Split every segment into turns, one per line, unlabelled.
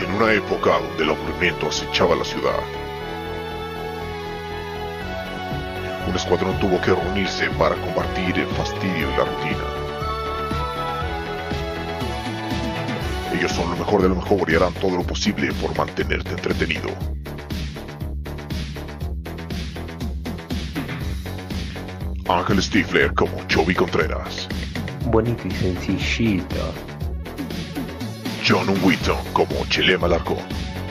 en una época donde el aburrimiento acechaba la ciudad. Un escuadrón tuvo que reunirse para combatir el fastidio y la rutina. Ellos son lo mejor de lo mejor y harán todo lo posible por mantenerte entretenido. Ángel Stifler como Chovy Contreras.
Bonito y sencillito.
John Wheaton como Chelema Larco.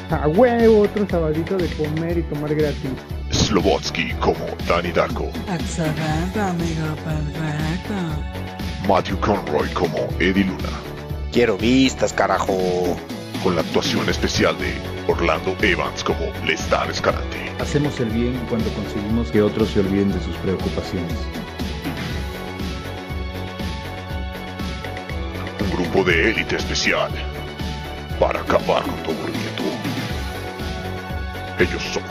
A huevo, otro sabadito de comer y tomar gratis.
Slobotsky como Danny Darko.
Excelente, amigo perfecto.
Matthew Conroy como Eddie Luna.
Quiero vistas, carajo.
Con la actuación especial de Orlando Evans como Lestar Escarante.
Hacemos el bien cuando conseguimos que otros se olviden de sus preocupaciones.
Un grupo de élite especial para acabar con tu aburrimiento. Ellos son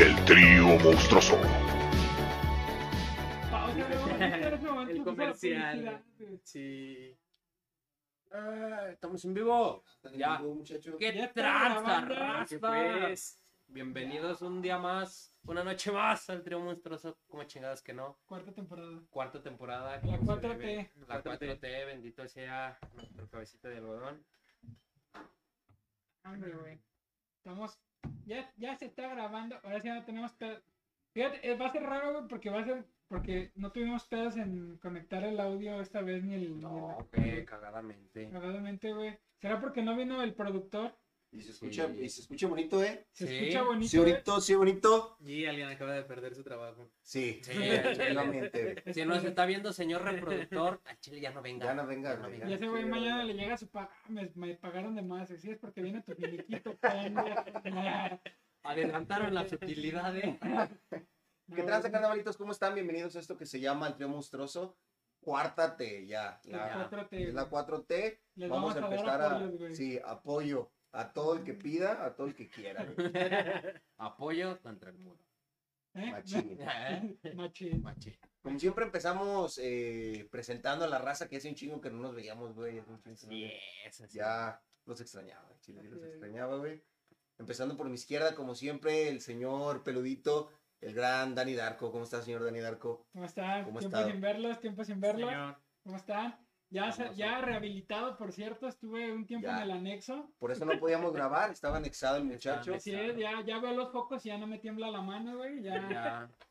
el trío monstruoso.
El comercial. Sí.
Ah, Estamos en vivo.
Ya.
muchachos.
¡Qué
la
tranza,
banda,
raza!
¿qué pues?
Bienvenidos un día más, una noche más al trío monstruoso, como chingados que no.
Cuarta temporada.
Cuarta temporada.
La
como
4T.
se debe. La
La 4T.
4T, bendito sea nuestro cabecita de algodón.
Hombre, güey. Estamos. Ya, ya se está grabando. Ahora sí ya no tenemos pedos. Fíjate, eh, va a ser raro, güey, porque va a ser. Porque no tuvimos pedos en conectar el audio esta vez ni el.
No,
ni
qué
el-
cagadamente.
Probablemente, güey. ¿Será porque no vino el productor?
Y se escucha,
Sí.
y se escucha bonito, ¿eh?
Se
Sí.
escucha bonito.
Sí,
güey.
bonito, sí, bonito.
Y alguien acaba de perder su trabajo.
Sí,
Sí.
efectivamente.
Si nos
Este,
está viendo, señor reproductor, al chile ya no venga.
Ya no venga, no
Y
venga.
ese güey mañana le llega su paga. Me, me pagaron de más. Así es porque viene tu finiquito, pendejo.
Adelantaron ¿eh? las utilidades.
¿Qué tranza, carnavalitos? ¿Cómo están? Bienvenidos a esto que se llama El Trío Monstruoso. Cuártate, ya. La,
La 4T,
es la 4T.
Les
Vamos, a
vamos a dar
empezar a.
apoyos, güey.
sí, apoyo a todo el que pida, a todo el que quiera. güey.
Apoyo contra el muro.
¿Eh?
Machín.
Machín.
Machi.
Como siempre empezamos eh, presentando a la raza que hace un chingo que no nos veíamos, güey. hace un chingo que no nos veíamos.
Yes, así.
Ya los extrañaba, en Chile, los
Sí.
extrañaba, güey. Empezando por mi izquierda, como siempre, el señor peludito, el gran Dani Darko. ¿Cómo está, señor Dani Darko?
¿Cómo están?
¿Cómo
tiempo
está?
sin verlos, tiempo sin verlos. ¿Cómo están? Ya, se- ya rehabilitado, por cierto, estuve un tiempo
Ya.
en el anexo.
Por eso no podíamos grabar, estaba anexado el muchacho.
Anexado.
Así es, ya, ya veo los focos y ya no me tiembla la mano, güey. Ya.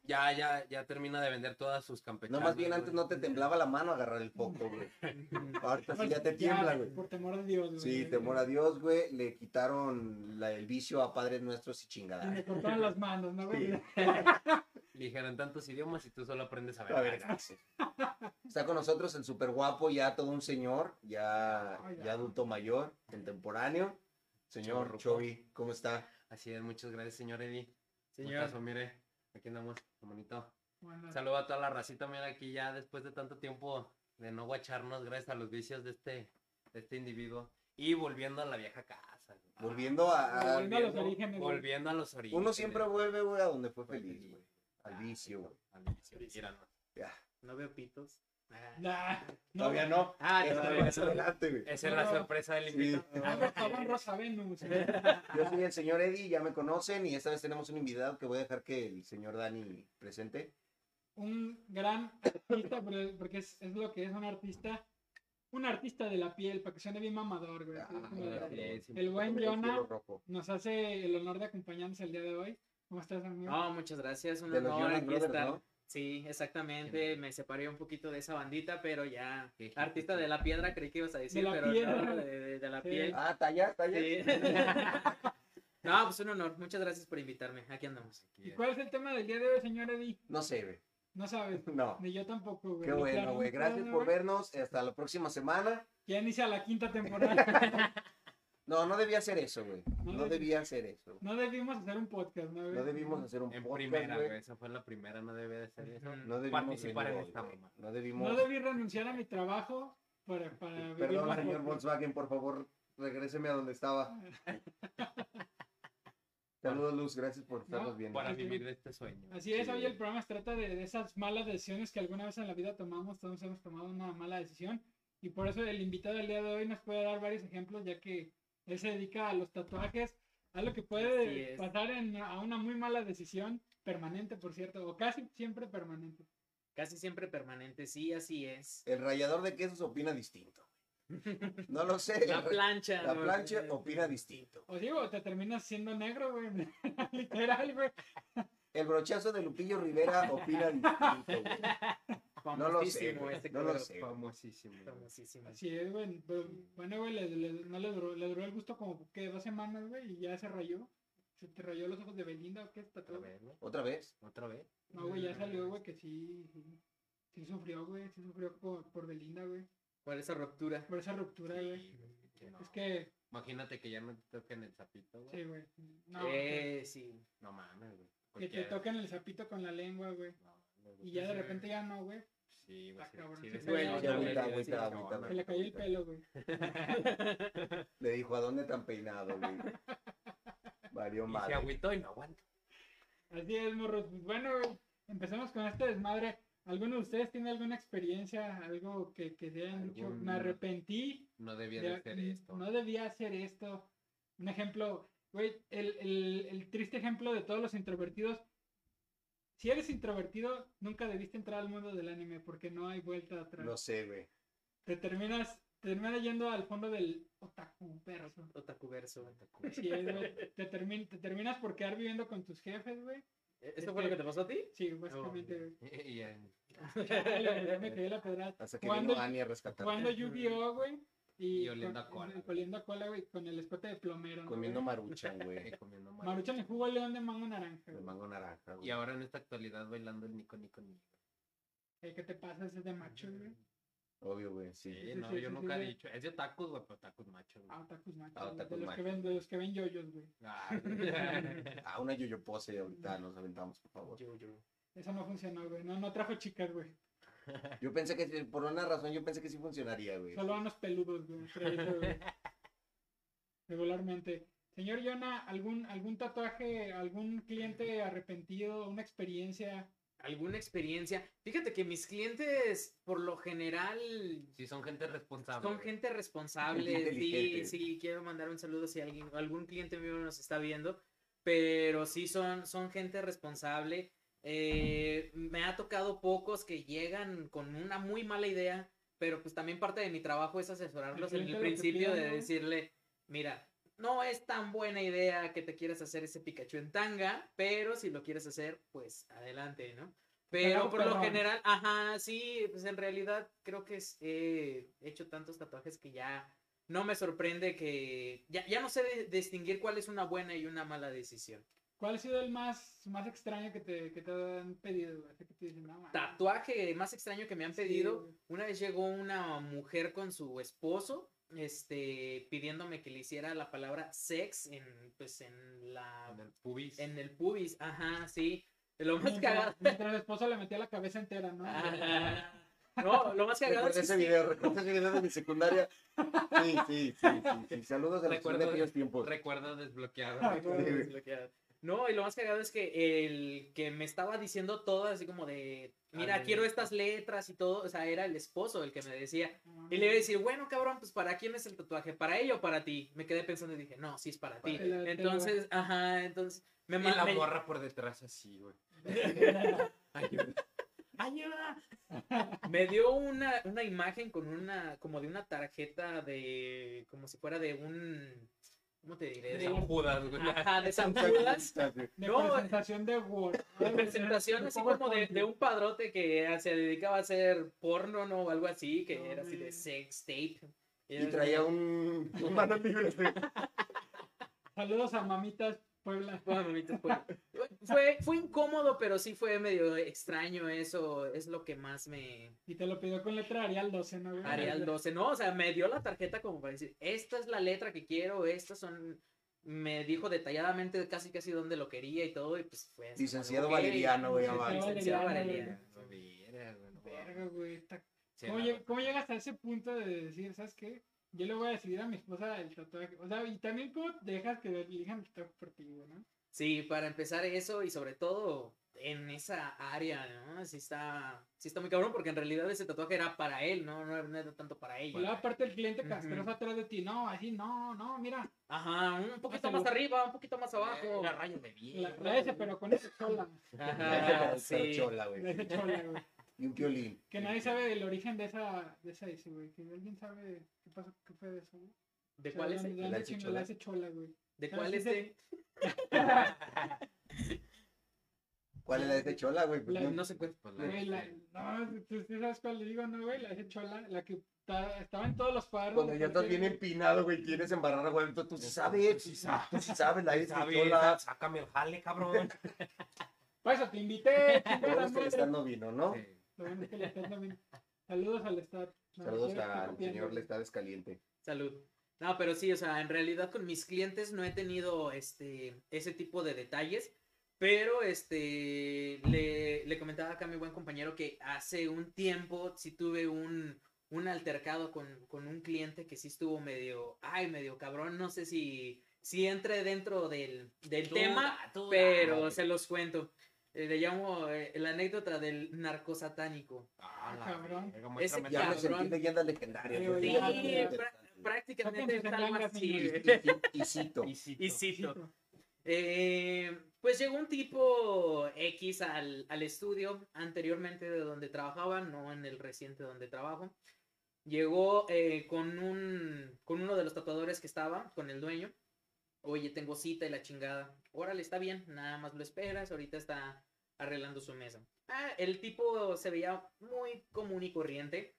Ya, ya, ya, ya termina de vender todas sus
No,
campechanas.
más bien
güey.
antes no te temblaba la mano agarrar el foco, güey. Ahorita sí ya te
Ya,
tiembla, güey.
Por temor a Dios, güey.
Sí, temor a Dios, güey. Le quitaron la- el vicio a padres nuestros
Y
y
me
chingada.
cortaron las manos, ¿no, güey?
Sí.
Dijeron tantos idiomas y tú solo aprendes a ver.
A ver, gracias. Está con nosotros el super guapo, ya todo un señor, ya,
Ay, ya.
ya adulto mayor, contemporáneo. Señor
Chavorruco.
Chovy, ¿cómo está?
Así es, muchas gracias, señor Eddie.
Señor.
Señor. mire, aquí andamos, qué bonito.
Bueno,
Saludo a toda la racita, mira, aquí ya después de tanto tiempo de no guacharnos, gracias a los vicios de este, de este individuo. Y volviendo a la vieja casa. güey.
Volviendo a... a-
Volviendo a los orígenes, güey.
Volviendo a los orígenes.
uno siempre vuelve, güey, a donde fue feliz, güey. Al
Ah,
vicio,
sí,
güey.
Al vicio, tíranos.
Ya.
No veo pitos. Ah,
nah, no.
Todavía no.
Ah,
Eso
todavía
más
no.
adelante, güey.
Esa es la
No.
sorpresa del
Sí.
invitado.
Ah, güey, cabrón, Rosa Venus. ¿eh? güey.
Yo soy el señor Eddie, ya me conocen y esta vez tenemos un invitado que voy a dejar que el señor Dani presente.
un gran artista, pero- porque es, es lo que es un artista. Un artista de la piel, para que suene bien mamador, güey.
Ah,
Es como
claro.
de-
Sí, sí,
El buen Jonah
Rojo.
nos hace el honor de acompañarnos el día de hoy. ¿Cómo estás, amigo?
Ah,
No, muchas gracias. Un
De los
honor
Jonas
aquí
Brothers,
estar.
¿no?
Sí, exactamente.
Genial.
Me separé un poquito de esa bandita, pero ya.
Qué hijo
Artista
de-
de la piedra, creí que ibas a decir,
la
pero
piedra.
no, de, de- de la
Sí.
piel.
Ah, talla, talla.
Sí. no, pues un honor. Muchas gracias por invitarme. Aquí andamos.
¿Y cuál es el tema del día de hoy, señor Eddie?
No sé, güey.
No sabes.
No.
Ni yo tampoco, güey.
Qué
Ni
bueno,
Claramente,
güey. Gracias
¿no,
por
güey?
vernos. Hasta la próxima semana.
Ya inicia la quinta temporada.
No, no debía hacer eso, güey.
No
No
debí-
debía hacer eso.
no debimos hacer un podcast, ¿no, güey?
No debimos hacer un
En
podcast,
primera,
güey.
güey. Esa fue la primera, no debe de ser eso.
Ujú.
No debimos
participar
venir
en
hoy,
esta
güey.
mamá.
Ah,
No debimos.
No debí renunciar a mi trabajo para, para vivir
Perdón,
más
señor
podcast.
Volkswagen, por favor, regréseme a donde estaba. Saludos, Luz. Gracias por estarnos
No,
viendo.
Para vivir de este sueño.
Así es,
Sí.
hoy el programa se trata de, de esas malas decisiones que alguna vez en la vida tomamos, todos hemos tomado una mala decisión y por eso el invitado del día de hoy nos puede dar varios ejemplos ya que Él se dedica a los tatuajes, algo que
Así
puede
es.
pasar en, a una muy mala decisión, permanente, por cierto, o casi siempre permanente.
Casi siempre permanente, sí, así es.
El rallador de quesos opina distinto. No lo sé.
La plancha.
La
¿no?
plancha opina distinto.
O digo, te terminas siendo negro, güey. Literal, güey.
El brochazo de Lupillo Rivera opina distinto. güey. No lo sé.
Famosísimo
güey,
este
No lo
cabrón.
sé. güey.
Famosísimo. güey.
Famosísimo.
Así es, güey. pero, Bueno, güey, le, le- no le duró, le duró el gusto como que dos semanas, güey, y ya se rayó. Se te rayó los ojos de Belinda o qué está
Otra
todo.
vez, güey.
¿Otra vez?
Otra vez.
No, güey, ya salió, güey, que sí. Sí, sí sufrió, güey. Sí sufrió por, por Belinda, güey.
Por esa ruptura.
Por esa ruptura, güey.
Sí, güey, que no.
Es que,
Imagínate que ya no te toquen el zapito, güey.
sí, güey. No,
eh, sí.
No mames, güey.
que- que, te
Cualquiera.
toquen el sapito con la lengua, güey.
No mames, güey.
Y ya de
Sí,
repente ya no, güey.
Sí, güey.
Ah, cabrón,
sí,
sí,
sí, sí,
bueno,
sí,
ya,
güey,
agüita,
sí, sí,
agüita, agüita,
no,
agüita.
Se le cayó el pelo, güey.
Le dijo, ¿a dónde tan peinado, güey? Valió
Y se
madre.
agüitó y no aguanta.
Así es, morros. Pues Bueno, güey, empezamos con este desmadre. ¿Alguno de ustedes tiene alguna experiencia, algo que, que se hayan dicho?
Algún-
Me arrepentí
No debía
de-
de hacer esto.
No debía hacer esto. Un ejemplo, güey, el, el- el triste ejemplo de todos los introvertidos. Si eres introvertido, nunca debiste entrar al mundo del anime porque no hay vuelta atrás.
No sé, güey.
Te terminas, te terminas yendo al fondo del otaku verso.
Otaku verso.
Sí, güey. te, termin- te terminas por quedar viviendo con tus jefes, güey.
¿e-, ¿Esto fue lo que te pasó a ti?
Sí,
Oh,
básicamente, güey.
Y en-
Chale, ya me caí la pedrada.
Hasta que
¿Cuándo-
vino Ani a
Jugando
rescatar.
Yu-Gi-Oh, güey. Y,
Y oliendo
con-
a cola.
y oliendo a cola, güey, con el escote de plomero. ¿no,
Comiendo
güey?
maruchan, güey.
y comiendo mal.
Maruchan y jugo león de mango naranja.
De
güey.
mango naranja,
Y
güey.
ahora en esta actualidad bailando el Nico Nico Nico.
Eh, ¿Qué te pasa? Ese es de macho,
Mm.
güey.
Obvio, güey, sí.
Sí,
sí,
no,
sí,
yo
sí,
nunca
sí,
he
sí.
dicho. Es de tacos, güey, pero tacos macho, güey.
Ah, otakus macho.
Ah,
güey,
otakus
de, los que
macho.
ven, de los que ven yoyos, güey.
Ah, güey.
Ah, una yoyopose ahorita nos aventamos, por favor.
Yo, yo.
Eso no funcionó, güey. No, no trajo chicas, güey.
Yo pensé que, sí, por una razón, yo pensé que sí funcionaría, güey.
Solo vanos peludos, güey. trae eso, güey. Regularmente. Señor Yona, ¿algún, ¿algún tatuaje, algún cliente arrepentido, una experiencia?
¿Alguna experiencia? Fíjate que mis clientes, por lo general,
Sí, son gente responsable.
Son
güey.
gente responsable,
Gente
sí,
inteligente.
sí, quiero mandar un saludo si alguien, algún cliente mío nos está viendo, pero sí son, son gente responsable. Eh, me ha tocado pocos que llegan con una muy mala idea, pero pues también parte de mi trabajo es asesorarlos
El
en el
cliente lo que
principio
pida,
de
¿no?
decirle, mira, no es tan buena idea que te quieras hacer ese Pikachu en tanga, pero si lo quieres hacer, pues adelante, ¿no? Pero
algo
por lo
perrón.
general, ajá, sí, pues en realidad creo que es- he hecho tantos tatuajes que ya no me sorprende que ya, ya no sé de- distinguir cuál es una buena y una mala decisión.
¿Cuál ha sido el más, más extraño que te, que te han pedido? güey? Así que te dicen, no, mames.
Tatuaje más extraño que me han
Sí,
pedido,
güey.
una vez llegó una mujer con su esposo, este, pidiéndome que le hiciera la palabra sex en, pues, en la,
En el Ah, pubis.
en el pubis, ajá, sí, lo más cagado.
Mientras, mientras el esposo le metía la cabeza entera, ¿no?
Ajá. No, lo más cagado es
Recuerda
que
ese
sí.
video, recuerda ese video de mi secundaria. Sí, sí, sí, sí, sí. Saludos a los
Recuerdo-
de aquellos
Pues
tiempos.
Recuerdo desbloqueado.
Ah, güey.
Todo
Sí, güey.
desbloqueado. No, y lo más cagado es que el que me estaba diciendo todo, así como de, mira,
Ándale.
quiero estas letras y todo, o sea, era el esposo el que me decía.
No mames.
Y le iba a decir, bueno, cabrón, pues ¿para quién es el tatuaje? ¿Para ella o para ti? Me quedé pensando y dije, no, sí es para ti.
Te la- te
Entonces, ajá, entonces, me
Y
ma-
la
me-
morra por detrás así, güey. Ayuda.
¡Ayuda! Me dio una, una imagen con una, como de una tarjeta de, como si fuera de un, ¿cómo te diré?
De
De un-
Judas, güey.
Ajá, de San Judas.
De
No,
presentación de Word.
La presentación
De
así como de,
PowerPoint.
de un padrote que ah, se dedicaba a hacer porno, ¿no? O algo así, que
No,
era así de
güey.
sex tape.
Y traía un, un manos libres, güey.
Saludos a mamitas Puebla.
Bueno, mamitas, Ah, fue, fue, fue incómodo, pero sí fue medio extraño eso. Es lo que más me...
Y te lo pidió con letra Arial 12, ¿no? güey?
Arial 12, ¿no? O sea, me dio la tarjeta como para decir, esta es la letra que quiero, estas son... Me dijo detalladamente casi casi dónde lo quería y todo, y pues fue... así como de,
Licenciado
"Ok".
Valeriano, güey,
abajo.
Licenciado
Valeriano,
Valeriano.
No, mira, güey, no.
Verga, güey. está-
Sí,
¿Cómo,
la-
lleg- cómo llegas a ese punto de decir, ¿sabes qué? Yo le voy a decidir a mi esposa el tatuaje. O sea, y también cómo dejas que elijan el tatuaje por ti, güey, ¿no?
Sí, para empezar eso y sobre todo en esa área, ¿no? Sí está, sí está muy cabrón porque en realidad ese tatuaje era para él, ¿no? No no era tanto para
Y luego
ella.
aparte el cliente
Ujú.
castroso atrás de ti, no, así, no, no, mira,
Ajá, un poquito
Hasta
más
lo-
arriba, un poquito más abajo.
La raya de bien.
la, la S, pero con ese chola,
Ajá, sí.
Chola,
la
güey.
S chola, güey.
Y un violín.
Que nadie sabe del origen de esa, de esa S, güey, que alguien sabe qué pasó, qué fue de eso, güey.
¿De
O sea,
cuál
¿de
es?
dónde-
el-
de dónde
la
chingo
chichola?
la S chola, güey? Ah,
¿De
¿Sabes
cuál es?
ese?
el-
¿Cuál es la de este Chola, güey? Pues
La-
no-
No se encuentra.
Pues la-
Güey, la- no, tú sí sabes cuál le digo, ¿no, güey? La S chola, la que ta- estaba en todos los faros.
Cuando ya estás
porque-
bien empinado, güey, quieres embarrar a güey, entonces tú sí sabes, tú sí sabes, tú sí sabes la de este
Sabe,
Chola.
Sácame el jale, cabrón.
Pasa, te invité,
Todos
chingada
los que le
madre.
están novino, ¿no?
Sí.
Lo bueno es que el Estado también- Saludos al Estado. No,
Saludos
quiero que
al
copiando.
señor Lestat Escaliente.
Salud. No, pero sí, o sea, en realidad con mis clientes no he tenido este ese tipo de detalles, pero este le, le comentaba acá a mi buen compañero que hace un tiempo sí tuve un, un altercado con, con un cliente que sí estuvo medio, ay, medio cabrón, no sé si, si entre dentro del, del
Tú-
tema,
tú-
pero
ah,
se los cuento. Eh, le llamo eh, la anécdota del narcosatánico.
ah, la
Cabrón.
verga, muéstrame
Ya,
Ya
la-
nos
cabrón.
entiende leyendas legendarias.
Sí,
güey.
Sí,
ya,
Muy
ya.
prá-
interesante.
prácticamente
Sáquense
es algo
blancas,
así.
niños.
güey.
Y- y- y cito.
Y
Y
cito.
cito. Eh, pues llegó un tipo X al, al estudio anteriormente de donde trabajaba, no en el reciente donde trabajo. Llegó eh, con, un, con uno de los tatuadores que estaba, con el dueño. Oye, tengo cita y la chingada. Órale, está bien, nada más lo esperas, ahorita está arreglando su mesa. Ah, el tipo se veía muy común y corriente,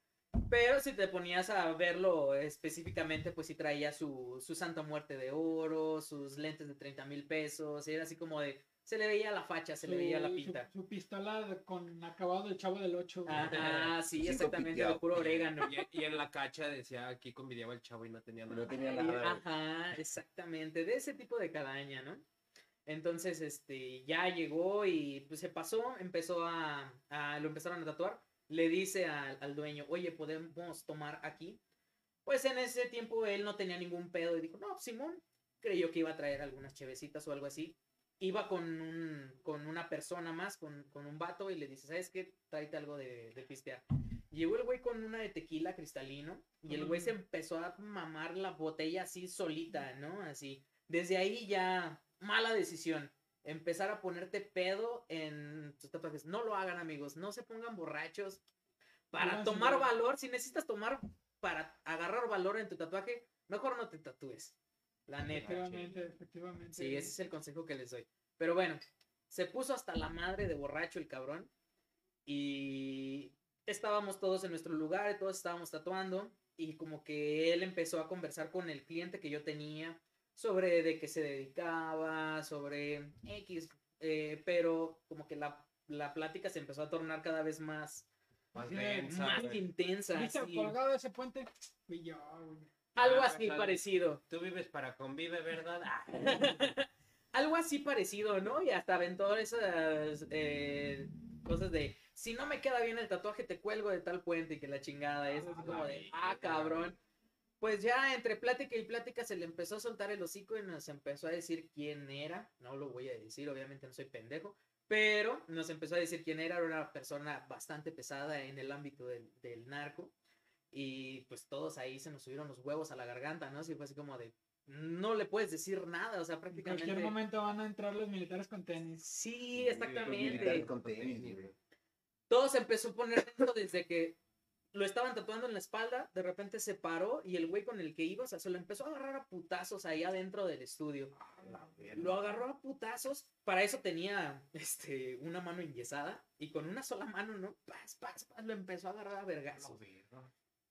pero si te ponías a verlo específicamente, pues sí traía su, su Santa Muerte de oro, sus lentes de 30 mil pesos, y era así como de, se le veía la facha, se le veía la
Su-
pinta.
Su, su pistola de- con acabado el chavo del Ah, 8.
Ajá, Ah, sí,
Siento
exactamente, de
piteado.
puro orégano.
Y, y en la cacha decía, aquí convidiaba el chavo y no tenía nada.
No tenía
Eh,
nada. güey.
Ajá, exactamente, de ese tipo de cadaña, ¿no? Entonces, este, ya llegó y pues, se pasó, empezó a, a- lo empezaron a tatuar, le dice al, al dueño, oye, ¿podemos tomar aquí? Pues en ese tiempo él no tenía ningún pedo y dijo, no, Simón, creyó que iba a traer algunas chevecitas o algo así. Iba con, un, con una persona más, con, con un vato, y le dice, ¿sabes qué? Tráete algo de, de pistear. Llegó el güey con una de tequila cristalino y el güey se empezó a mamar la botella así solita, ¿no? Así. Desde ahí ya, mala decisión. Empezar a ponerte pedo en tus tatuajes. No lo hagan, amigos. No se pongan borrachos. Para
Hagan su
tomar
vida.
valor, si necesitas tomar para agarrar valor en tu tatuaje, mejor no te tatúes. La neta.
Efectivamente, efectivamente.
Sí, ese es el consejo que les doy. Pero bueno, se puso hasta la madre de borracho el cabrón. Y estábamos todos en nuestro lugar, y todos estábamos tatuando. Y como que él empezó a conversar con el cliente que yo tenía sobre de qué se dedicaba, sobre X. eh, pero como que la, la plática se empezó a tornar cada vez más,
Más
Sí,
densa,
más
güey.
intensa.
¿Viste
así.
colgado de ese puente? Fui yo, güey.
Algo
Ah,
así
tal-
parecido.
Tú vives para convive, ¿verdad? Ah,
algo así parecido, ¿no? Y hasta aventó esas eh, cosas de si no me queda bien el tatuaje, te cuelgo de tal puente y que la chingada es así como de ah, cabrón. Pues ya entre plática y plática se le empezó a soltar el hocico y nos empezó a decir quién era. No lo voy a decir, obviamente no soy pendejo. Pero nos empezó a decir quién era, era una persona bastante pesada en el ámbito del, del narco. Y pues todos ahí se nos subieron los huevos a la garganta, ¿no? Así fue así como de, no le puedes decir nada, o sea,
En
prácticamente...
cualquier momento van a entrar los militares con tenis.
Sí,
pues,
exactamente.
Militares con tenis, güey.
Todo se empezó a poner tenso desde que lo estaban tatuando en la espalda, de repente se paró y el güey con el que iba, o sea, se lo empezó a agarrar a putazos ahí adentro del estudio. Lo agarró a putazos, para eso tenía este, una mano enyesada y con una sola mano, ¿no? Paz, paz, paz, lo empezó a agarrar a vergazos.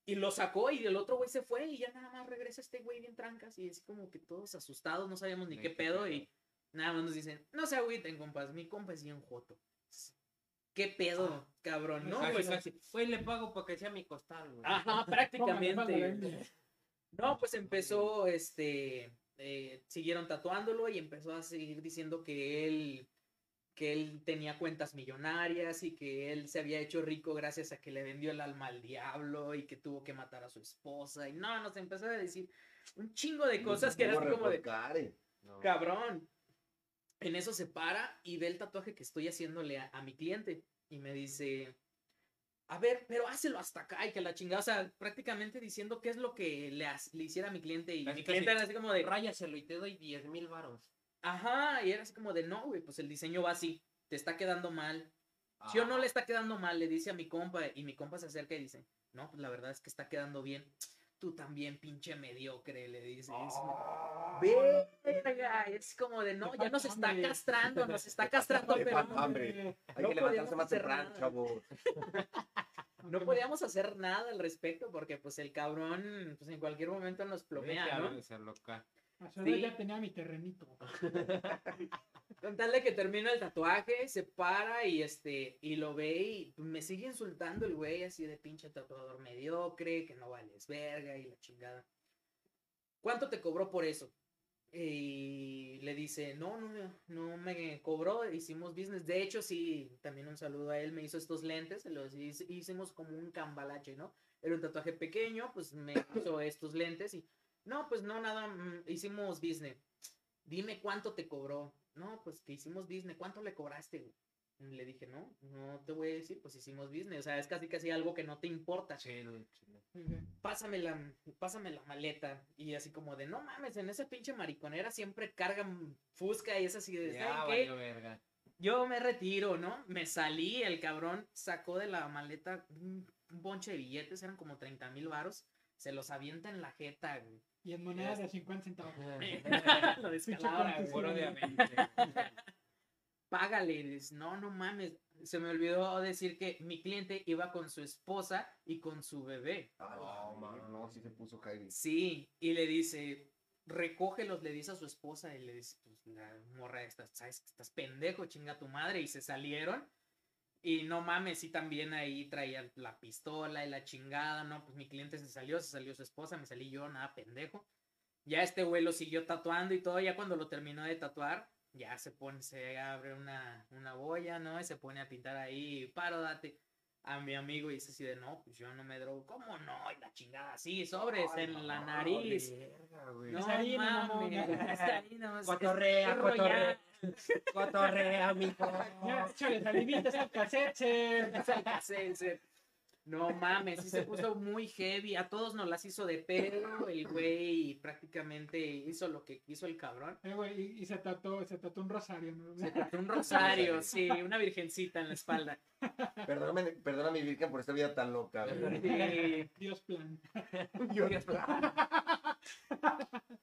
Y lo sacó y el otro güey se fue y ya nada más regresa este güey bien trancas y así como que todos asustados, no sabíamos ni
Ni
qué
qué
pedo
pedo.
y nada más nos dicen, no se agüiten compas, mi compa es bien joto. ¿Qué pedo,
Ah.
cabrón? No,
Casi,
pues,
casi.
Güey, le pago para que sea mi costal, güey.
ajá,
Póngale,
prácticamente.
póngale.
No, pues empezó, este, eh, siguieron tatuándolo y empezó a seguir diciendo que él, que él tenía cuentas millonarias y que él se había hecho rico gracias a que le vendió el alma al diablo y que tuvo que matar a su esposa y no, nos empezó a decir un chingo de cosas que eran
Luego
así como de,
revolcar, eh.
No.
cabrón. En eso se para y ve el tatuaje que estoy haciéndole a, a mi cliente y me dice, a ver, pero hácelo hasta acá y que la chingada, o sea, prácticamente diciendo qué es lo que le, ha- le hiciera a mi cliente y
Casi,
mi cliente
casi.
era así como de,
Ráyaselo y te doy 10 mil varos.
ajá, y era así como de, no, güey, pues el diseño va así, te está quedando mal, si
Ah.
o no le está quedando mal, le dice a mi compa y mi compa se acerca y dice, no, pues la verdad es que está quedando bien. Tú también, pinche mediocre, le dice. y es como,
Ah.
"Verga", Es como de, no, ya nos está
Hombre.
castrando, nos está castrando,
Te
pero
falta hambre. Hay
No
que levantarse
podíamos
más
hacer
temprano,
nada.
chavo.
no podíamos hacer nada al respecto porque pues el cabrón, pues en cualquier momento nos plomea, ¿no?
A su edad
Sí.
ya tenía mi terrenito.
Con tal de que termina el tatuaje, se para y este, y lo ve y me sigue insultando el güey así de pinche tatuador mediocre, que no vales verga y la chingada. ¿Cuánto te cobró por eso? Y le dice, no, no, no me cobró, hicimos business. De hecho, sí, también un saludo a él, me hizo estos lentes, los hice- hicimos como un cambalache, ¿no? Era un tatuaje pequeño, pues me hizo estos lentes y, no, pues no, nada, mm, hicimos business. Dime cuánto te cobró. No, pues que hicimos business, ¿cuánto le cobraste? güey? Y Le dije, no, no te voy a decir, pues hicimos business. O sea, es casi casi algo que no te importa pásame la, pásame la maleta. Y así como de, no mames, en esa pinche mariconera siempre cargan fusca y es así de,
Ya,
"¿Saben qué?
valió verga.
Yo me retiro, ¿no? Me salí, el cabrón sacó de la maleta un un bonche de billetes, eran como 30 mil varos, se los avienta en la jeta, güey.
Y en monedas de 50 centavos.
Lo descalabra,
Pinche
güey.
Puro de a 20.
págale. y dices, no, no mames. Se me olvidó decir que mi cliente iba con su esposa y con su bebé.
Ah, man, no, sí se puso Jaime.
Sí, y le dice, recógelos, le dice a su esposa y le dice, pues la morra esta, sabes que estás pendejo, chinga tu madre, y se salieron. Y no mames, y también ahí traían la pistola y la chingada, no, pues mi cliente se salió, se salió su esposa, me salí yo, nada pendejo. Ya este güey lo siguió tatuando y todo, ya cuando lo terminó de tatuar, ya se pone, se abre una, una boya, ¿no? Y se pone a pintar ahí, paro, date a mi amigo y es así de, no, pues yo no me drogo, ¿cómo no? Y la chingada, sí, sobres
Ay,
en la
no,
nariz.
verga, güey.
No,
Es harina, mamón.
mames, es harina, o sea, es-
Cotorrea,
es royal.
Cotorrea, mijo.
Ya, échale salivitas al cassette.
Alka-Seltzer. No mames, sí se puso muy heavy. A todos nos las hizo de pedo el güey y prácticamente hizo lo que quiso el cabrón.
Eh, güey, y, y se tatuó, se tatuó un rosario, ¿no?
Se tatuó un rosario, sí, una virgencita en la espalda.
Perdóname, perdona mi Virgen por esta vida tan loca, güey.
Sí.
Dios plan.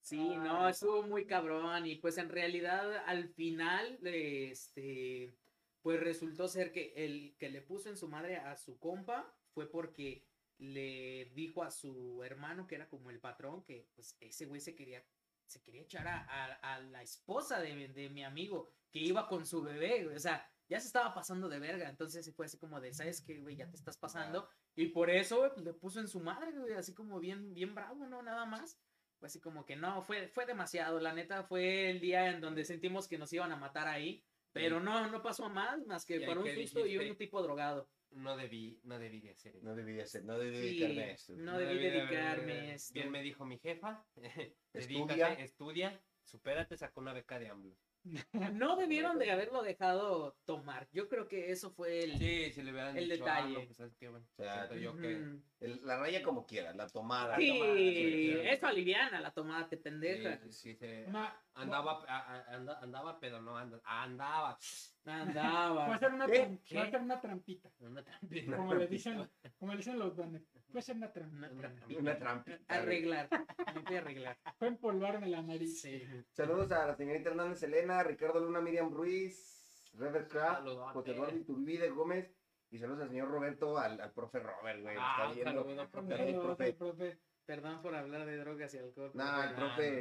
Sí, no, estuvo muy cabrón. Y pues en realidad, al final, eh, este, pues resultó ser que el que le puso en su madre a su compa fue porque le dijo a su hermano, que era como el patrón, que pues ese güey se quería, se quería echar a, a- a la esposa de, mi- de mi amigo, que iba con su bebé, güey, O sea, ya se estaba pasando de verga. Entonces fue así como de, ¿sabes qué, güey? Ya te estás pasando. Y por eso, güey, pues, le puso en su madre, güey, así como bien, bien bravo, ¿no? Nada más fue así como que no, fue, fue demasiado. La neta fue el día en donde sentimos que nos iban a matar ahí, pero no, no pasó a más, más que
¿Y ahí
por un
qué
susto y un
dijiste?
tipo drogado.
No debí, no debí de hacer eso.
No debí de hacer, no debí
Sí,
dedicarme a esto.
no debí
de haber-
dedicarme a esto.
Bien me dijo mi jefa.
Estudia.
Dedícate, estudia, supérate, sacó una beca de AMLO.
No debieron de haberlo dejado tomar. Yo creo que eso fue el...
Sí, si le hubieran
El
dicho,
detalle.
"Ah, no, pues, ¿sabes qué, bueno,
O sea,
siento yo que...
Ujú.
El- la raya como quiera, la tomada.
Sí,
la tomada, sí, sí.
eso aliviana la tomada, te pendeja.
Sí, sí, se-
Una-
Andaba, a- a- anda- andaba, pero no anda- andaba.
Va a
Andaba.
ser una,
¿Qué?
tram-
¿Qué?
va a ser una trampita.
Una trampita.
Una
Como le
trampita.
dicen, como le dicen los dones. Fue ser una trampita.
Una
Una
trampa.
Una trampita. güey.
Arreglar, me fui a arreglar.
Fue empolvarme la nariz.
Sí.
Saludos a la señorita Hernández Elena, Ricardo Luna, Miriam Ruiz, Rever Craft,
Saludotes.
José Eduardo Iturbide Gómez. Y saludos al señor Roberto, al, al profe Robert, güey.
Ah,
está
un
viendo.
saludo, profe.
Está bien,
Pero,
profe.
profe,
Perdón por hablar de drogas y alcohol. pero
No, el
bueno.
profe,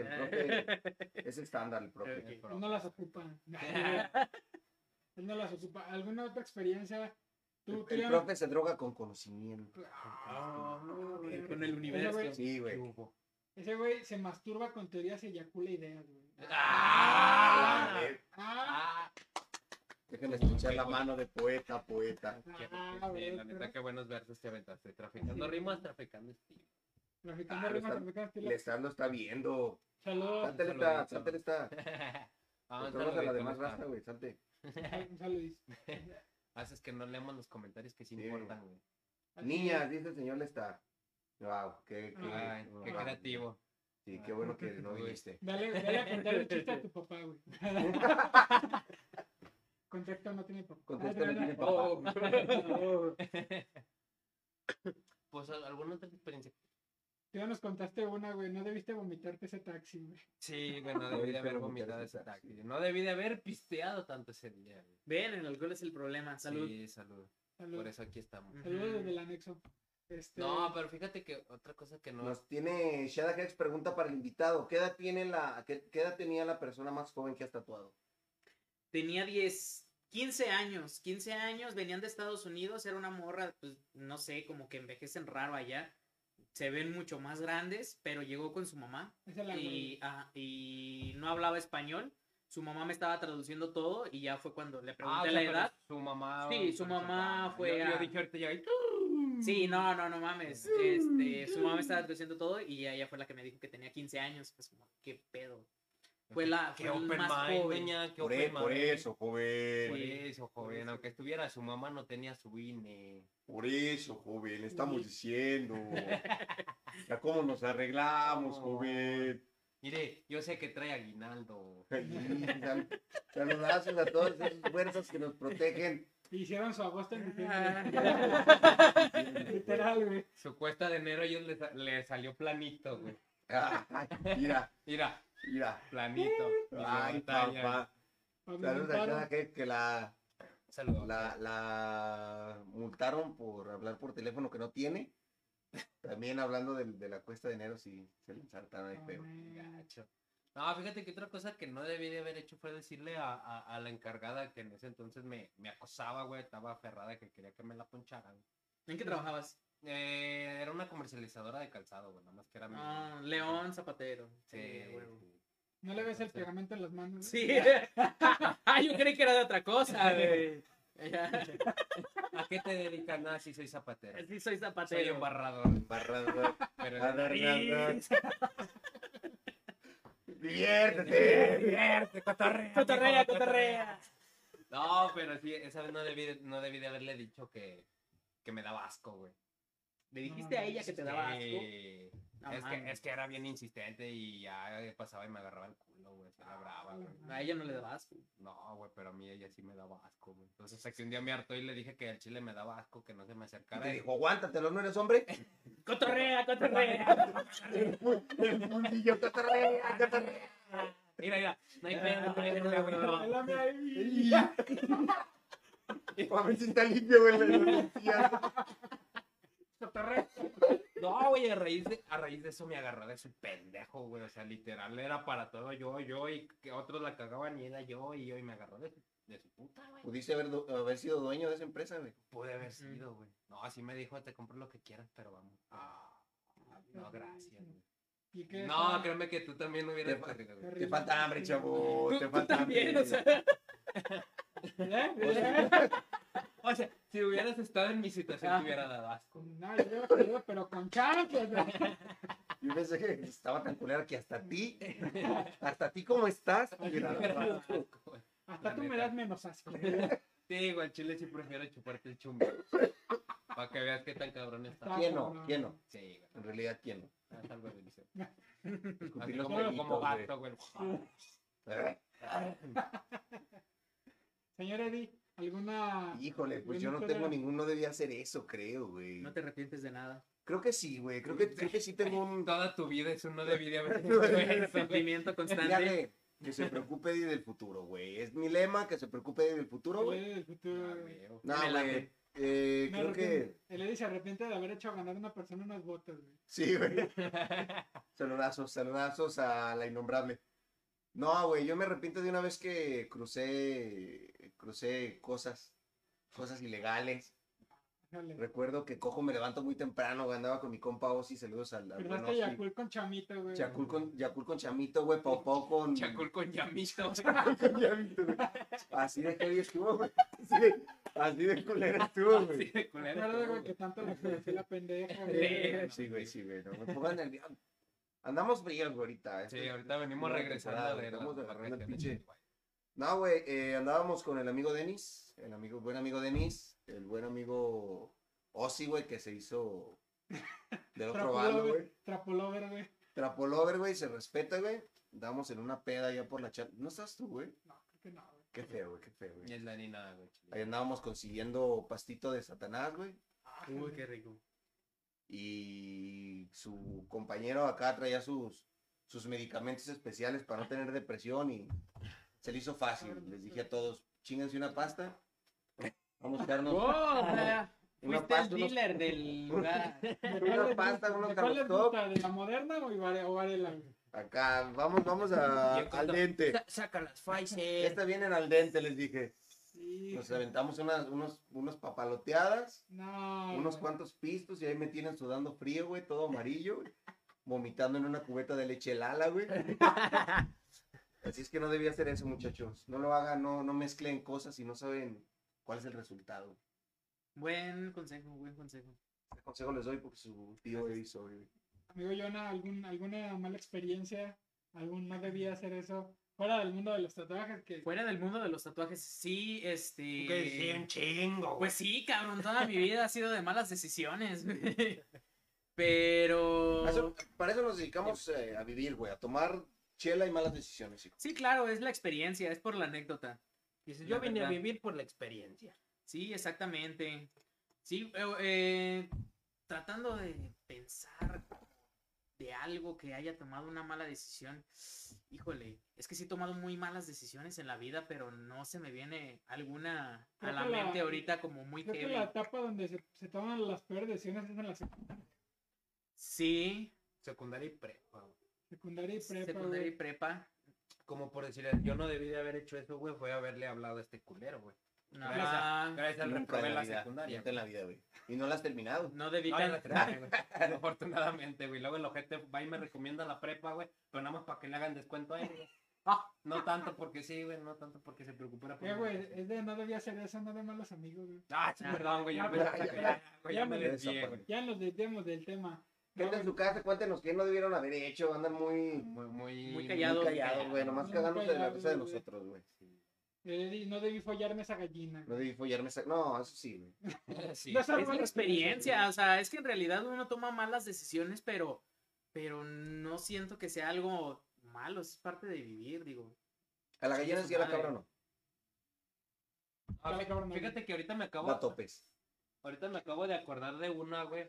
el profe es estándar, el profe.
El profe.
no las ocupa. Él no las ocupa. ¿Alguna otra experiencia? Tú, tú
El
ya-
profe se droga con conocimiento.
Ah,
güey.
con el universo.
Ese güey-
Sí, güey.
Ese güey se masturba con teorías y eyacula ideas, güey.
Ah,
Ah,
Ah,
ah,
Déjenme escuchar la mano de poeta, poeta.
qué-
Ah,
sí,
güey,
la neta,
pero-
qué buenos versos te aventaste. Traficando
Sí.
rimas, traficando estilo.
traficando
Ah, lo
rimas,
está- Ah,
traficando estilo.
Lestar lo está viendo.
Saludos.
Sántale está, sántale está.
Avántalo,
Controlas Pues a la
güey,
demás
¿cómo
raza, güey, salte.
está?
Un saludis.
Haces Ah, que no leamos los comentarios que sí,
Sí. Ah,
importan, güey.
Así
Niñas,
es.
dice el señor Lestar. Wow, qué, qué,
Ay,
wow.
qué creativo.
Sí, qué bueno que no
Uy.
viniste.
Dale, dale a contar el chiste a tu papá, güey. Contexto no tiene papá.
Contexto no
Ah,
tiene
no,
papá.
Oh,
Pues ¿al- alguna otra experiencia.
Tú ya nos contaste una, güey. No debiste vomitarte ese taxi, güey.
Sí, güey, no
No
debí de
debiste
haber
vomitar
vomitado
ese
ese
taxi.
taxi. No debí de haber pisteado tanto ese día, güey.
Ven, el alcohol es el problema. Salud. Mm.
Sí, salud. Por
Saludos.
eso aquí estamos.
Saludos desde el anexo. Este,
No, pero fíjate que otra cosa que no.
Nos tiene Shadahex pregunta para el invitado. ¿Qué edad tiene la, qué, qué edad tenía la persona más joven que has tatuado?
Tenía 10, 15 años. 15 años, venían de Estados Unidos, era una morra, pues no sé, como que envejecen raro allá. Se ven mucho más grandes, pero llegó con su mamá.
esa la
y,
güey.
ajá, y no hablaba español. Su mamá me estaba traduciendo todo y ya fue cuando le pregunté
Ah, o sea,
la
pero
edad.
Su mamá.
Sí, su mamá
Ah,
fue
Yo, yo
a-
dije ahorita ya.
Sí, no, no, no mames.
Mm.
Este, su mamá me estaba traduciendo todo y ella fue la que me dijo que tenía 15 años. Pues, como, qué pedo. Fue la
Qué
fue el
open
más
mind,
joven.
doña, qué ¿eh?
Por, e-
open
por
mind.
eso, pues.
Por
joven.
Sí,
eso, joven.
eso.
Aunque estuviera su mamá, no tenía su E. INE.
Por eso, joven. le Estamos diciendo. Ya cómo nos arreglamos,
No.
joven.
Mire, yo sé que trae aguinaldo.
Sal- Saludazos a todas esas fuerzas que nos protegen.
Hicieron su agosto en diciembre.
Ah,
Literal, güey.
Su cuesta de enero ellos le, sa- le salió planito, güey.
Ay, mira,
Mira,
mira.
planito. mi
Ay,
montaña.
papá.
Para
Saludos a
aumentar-
Shada Hex, que la
Saludos.
la, la multaron por hablar por teléfono que no tiene. También hablando del- de, la cuesta de enero, sí, se le ensartaron ahí feo.
Gacho. No, fíjate que otra cosa que no debí de haber hecho fue decirle a, a, a la encargada que en ese entonces me, me acosaba, güey, estaba aferrada que quería que me la poncharan.
¿En
Mm.
qué trabajabas?
Eh, era una comercializadora de calzado, güey, nada más que era mi...
Ah, León Zapatero.
Sí,
güey.
sí.
No le ves el
Sí.
pegamento en las manos.
Sí. ah, yo creí que era de otra cosa, güey. Ya.
¿A qué te dedicas? Nada, sí soy zapatero.
Sí, soy
Soy
zapatero.
embarrador,
Barra-
pero...
barra- barra-
Diviértete,
Diviértete.
diviértete, cotorrea,
Cotorrea,
mijo,
cotorrea.
No, pero sí, esa vez no debí, de- no debí de haberle dicho que, que me daba asco, güey.
Le dijiste a ella que te daba asco.
Sí.
No
es, que,
mames.
es que era bien insistente y ya eh, pasaba y me agarraba el culo, güey. Se la brava, güey.
A ella Ah, no le daba asco.
No, güey, pero a mí ella sí me daba asco, güey. Entonces, hasta que un día me hartó y le dije que el chile me daba asco, que no se me
Y
acercara.
te
y-
dijo, aguántatelo, ¿no eres hombre?
Cotorrea, cotorrea.
El fundillo, cotorrea, cotorrea.
Mira, mira, no hay
Ah,
pedo, no hay pedo, güey.
El lame ahí.
Y- pues, A ver si está limpio, güey. la- la- la- la-
Cotorreo.
No, güey, a raíz, de, a raíz de eso me agarró de su pendejo, güey. O sea, literal, era para todo yo, yo, y que otros la cagaban y era yo, y yo, y me agarró de su, de su puta, güey.
Pudiste haber, du- haber sido dueño de esa empresa, güey.
Pues, Pude haber
Ujú.
sido, güey. No, así me dijo, te compro lo que quieras, pero vamos. Ah, no, gracias, güey.
¿Y qué? Ah,
No, créeme que tú también hubieras
Te fa-
corrido, güey.
Qué
Te falta hambre, chavo.
Tú-
Te
tú
falta
también, o
hambre.
sea.
¿Eh?
O sea,
O sea, si hubieras estado en mi situación,
Ah.
te hubiera dado asco.
No, yo, yo, pero con chanclas, güey.
Yo pensé que estaba tan culera que hasta a ti, hasta a ti cómo estás,
Ay,
Mira,
me hubiera dado asco, güey.
Hasta
La
tú me
neta.
das menos asco. güey.
Sí, güey, al chile sí prefiero chuparte el chumbo. Para que veas qué tan cabrón está.
Está-
¿Quién no? ¿Quién no?
Sí, güey.
En realidad, ¿quién no?
Es algo delicioso.
Escupir
Así
los
como,
pelitos,
como
güey. Ah,
gato, güey.
Señor Eddie, ¿alguna.
Híjole, pues yo no
alguna
tengo
historia?
ningún, no debía hacer eso, creo, güey.
No te arrepientes de nada.
Creo que sí, güey. Creo que, creo que sí tengo un.
Toda tu vida es uno de video.
Sentimiento constante.
Fíjate, que se preocupe Eddie del futuro, güey. Es mi lema, que se preocupe Eddie del futuro,
El
güey.
Eddie del futuro, güey.
No,
Me la
güey.
ve.
Eh,
Me
creo que.
arrepiento. El Eddie se arrepiente de haber hecho ganar a una persona unas botas, güey.
Sí, güey. Saludazos, saludazos a la innombrable. No, güey, yo me arrepiento de una vez que crucé, crucé cosas, cosas ilegales.
Dale.
Recuerdo que cojo, me levanto muy temprano, güey, andaba con mi compa Ozzy, saludos al, al buen
Cruzaste
Ozzy.
Yakul con chamita, güey.
Yakul con, Yakul con Chamito, güey, Pau Pau con...
Chacul con llamito.
Yakul con Chamito, güey. Así de heavy estuvo, güey. Así de, así de culera estuvo,
Así de
güey.
Me
culero
acuerdo,
estuvo,
güey, que tanto la conocí la pendeja,
Sí.
güey.
Sí, güey, sí, güey, no me pongan nervioso. Andamos fríos, güey, ahorita.
Sí,
este-
ahorita venimos
Una
regresando
temporada,
de
estamos
las
agarrando el
vacaciones,
pinche-
güey.
No, güey, eh, andábamos con el amigo Denis, el amigo, buen amigo Denis, el buen amigo Ozzy, güey, que se hizo del otro bando, güey.
Trapolover, Trapolover, güey.
Trapolover, güey, se respeta, güey. Andábamos en una peda allá por la chat. ¿No estás tú, güey?
No, creo que no, güey.
Qué feo, güey, qué feo,
Ni
güey.
es la ni nada, güey. chile.
Ahí andábamos consiguiendo pastito de Satanás, güey.
Ah,
Uy, qué rico.
y su compañero acá traía sus, sus medicamentos especiales para no tener depresión y se le hizo fácil. Les dije a todos, chinganse una pasta, vamos a
Oh,
darnos una
fuiste el
pasta, unos-
dealer del lugar.
¿De
Una
cuál les
pasta,
gusta?
unos
¿De cuál les
carrot top.
gusta? ¿De la moderna o Ivare- o Varela? güey?
acá, vamos, vamos a,
Y el
al dente.
Sa- Saca las Pfizer.
Esta vienen al dente, les dije.
Sí.
Nos aventamos unas, unos, unos papaloteadas,
No.
unos
güey.
cuantos pistos y ahí me tienen sudando frío, güey, todo amarillo, güey, vomitando en una cubeta de leche lala, güey. Así es que no debía hacer eso, muchachos. No lo hagan, no, no mezclen cosas y no saben cuál es el resultado.
Buen consejo, buen consejo.
Este consejo les doy porque su tío lo hizo, güey.
Amigo Jonah, ¿algún, ¿alguna mala experiencia? ¿Algún no debía hacer eso? Fuera del mundo de los tatuajes, que
Fuera del mundo de los tatuajes, sí, este.
Que sí, un chingo, güey.
Pues sí, cabrón, toda mi vida ha sido de malas decisiones, güey. Pero.
A eso- para eso nos dedicamos eh, a vivir, güey, a tomar chela y malas decisiones, hijo.
Sí, claro, es la experiencia, es por la anécdota.
Dices,
La
yo vine a
verdad.
vivir por la experiencia.
Sí, exactamente. Sí, eh, eh, tratando de pensar de algo que haya tomado una mala decisión. Híjole, es que sí he tomado muy malas decisiones en la vida, pero no se me viene alguna a
Creo
la
que la-
mente ahorita como muy
creo que
heavy.
la etapa donde se, se toman las peores decisiones es en la sec-
Sí,
Secundaria y prepa, güey.
secundaria y prepa, ¿eh?
secundaria y
güey.
prepa.
Como por decir, yo no debí de haber hecho eso, güey, fue haberle hablado a este culero, güey.
Ajá.
Gracias al
Nunca
reprobé
en
la
vida,
secundaria.
nunca en la vida, güey. Y no la has terminado.
No debí
No, ya la
tan-
terminé, güey. Afortunadamente, güey. Luego el ojete va y me recomienda la prepa, güey. Pero nada más para que le hagan descuento a él, güey.
Ah.
No tanto porque sí, güey. No tanto porque se preocupara por
Eh,
mí.
güey, es de no debía hacer eso, no de malos amigos, güey.
Ah, sí, perdón, güey. Ya,
Ya,
me-
ya,
ya,
ya,
ya, güey,
ya
ya me
me
desvié,
desaparecí.
güey.
Ya nos desviamos del tema. No,
Gente en su casa, cuéntenos qué no debieron haber hecho, andan muy,
Muy, muy,
Muy
muy
callados.
callados, güey, nomás
Muy
cagándose de la
callados,
risa de
güey.
nosotros, güey.
eh, di- no debí follarme esa gallina.
No debí follarme esa... No, eso sí, güey.
Sí.
No es
es
algo
la
de
experiencia, o sea, es que en realidad uno toma malas decisiones, pero, pero no siento que sea algo malo, es parte de vivir, digo.
A la gallina sí, a la cabra no.
Ah, fí- Fíjate que ahorita me acabo.
La topes.
Ahorita me acabo de acordar de una, güey.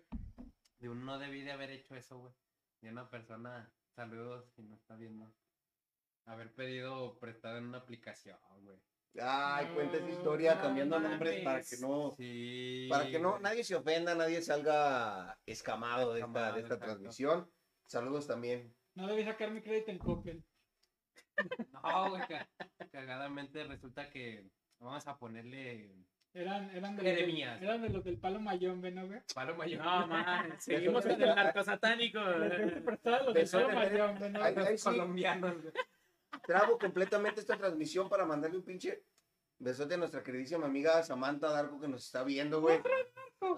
De un no debí de haber hecho eso, güey. De una persona, saludos, si no está viendo. Haber pedido prestado en una aplicación, güey.
Ay,
No,
cuenta esa historia
no
cambiando nombres para
mames.
que no.
Sí.
Para que no,
güey.
nadie se ofenda, nadie salga escamado de esta,
Escamado,
de esta
exacto.
transmisión. Saludos también.
No debí sacar mi crédito en Coppel.
No, güey, ca- cagadamente resulta que vamos a ponerle
Eran, eran, de
Jeremías.
los, eran de los del palo mayón, güey, ¿no, güey?
palo mayor.
No, man, seguimos
Eso-
con el narcosatánico.
Les debí prestar a los del
Eso-
palo mayón, güey, ¿no?
Ay, ay, sí,
colombianos, güey.
trabo completamente esta transmisión para mandarle un pinche besote a nuestra queridísima amiga Samantha Darko que nos está viendo, güey.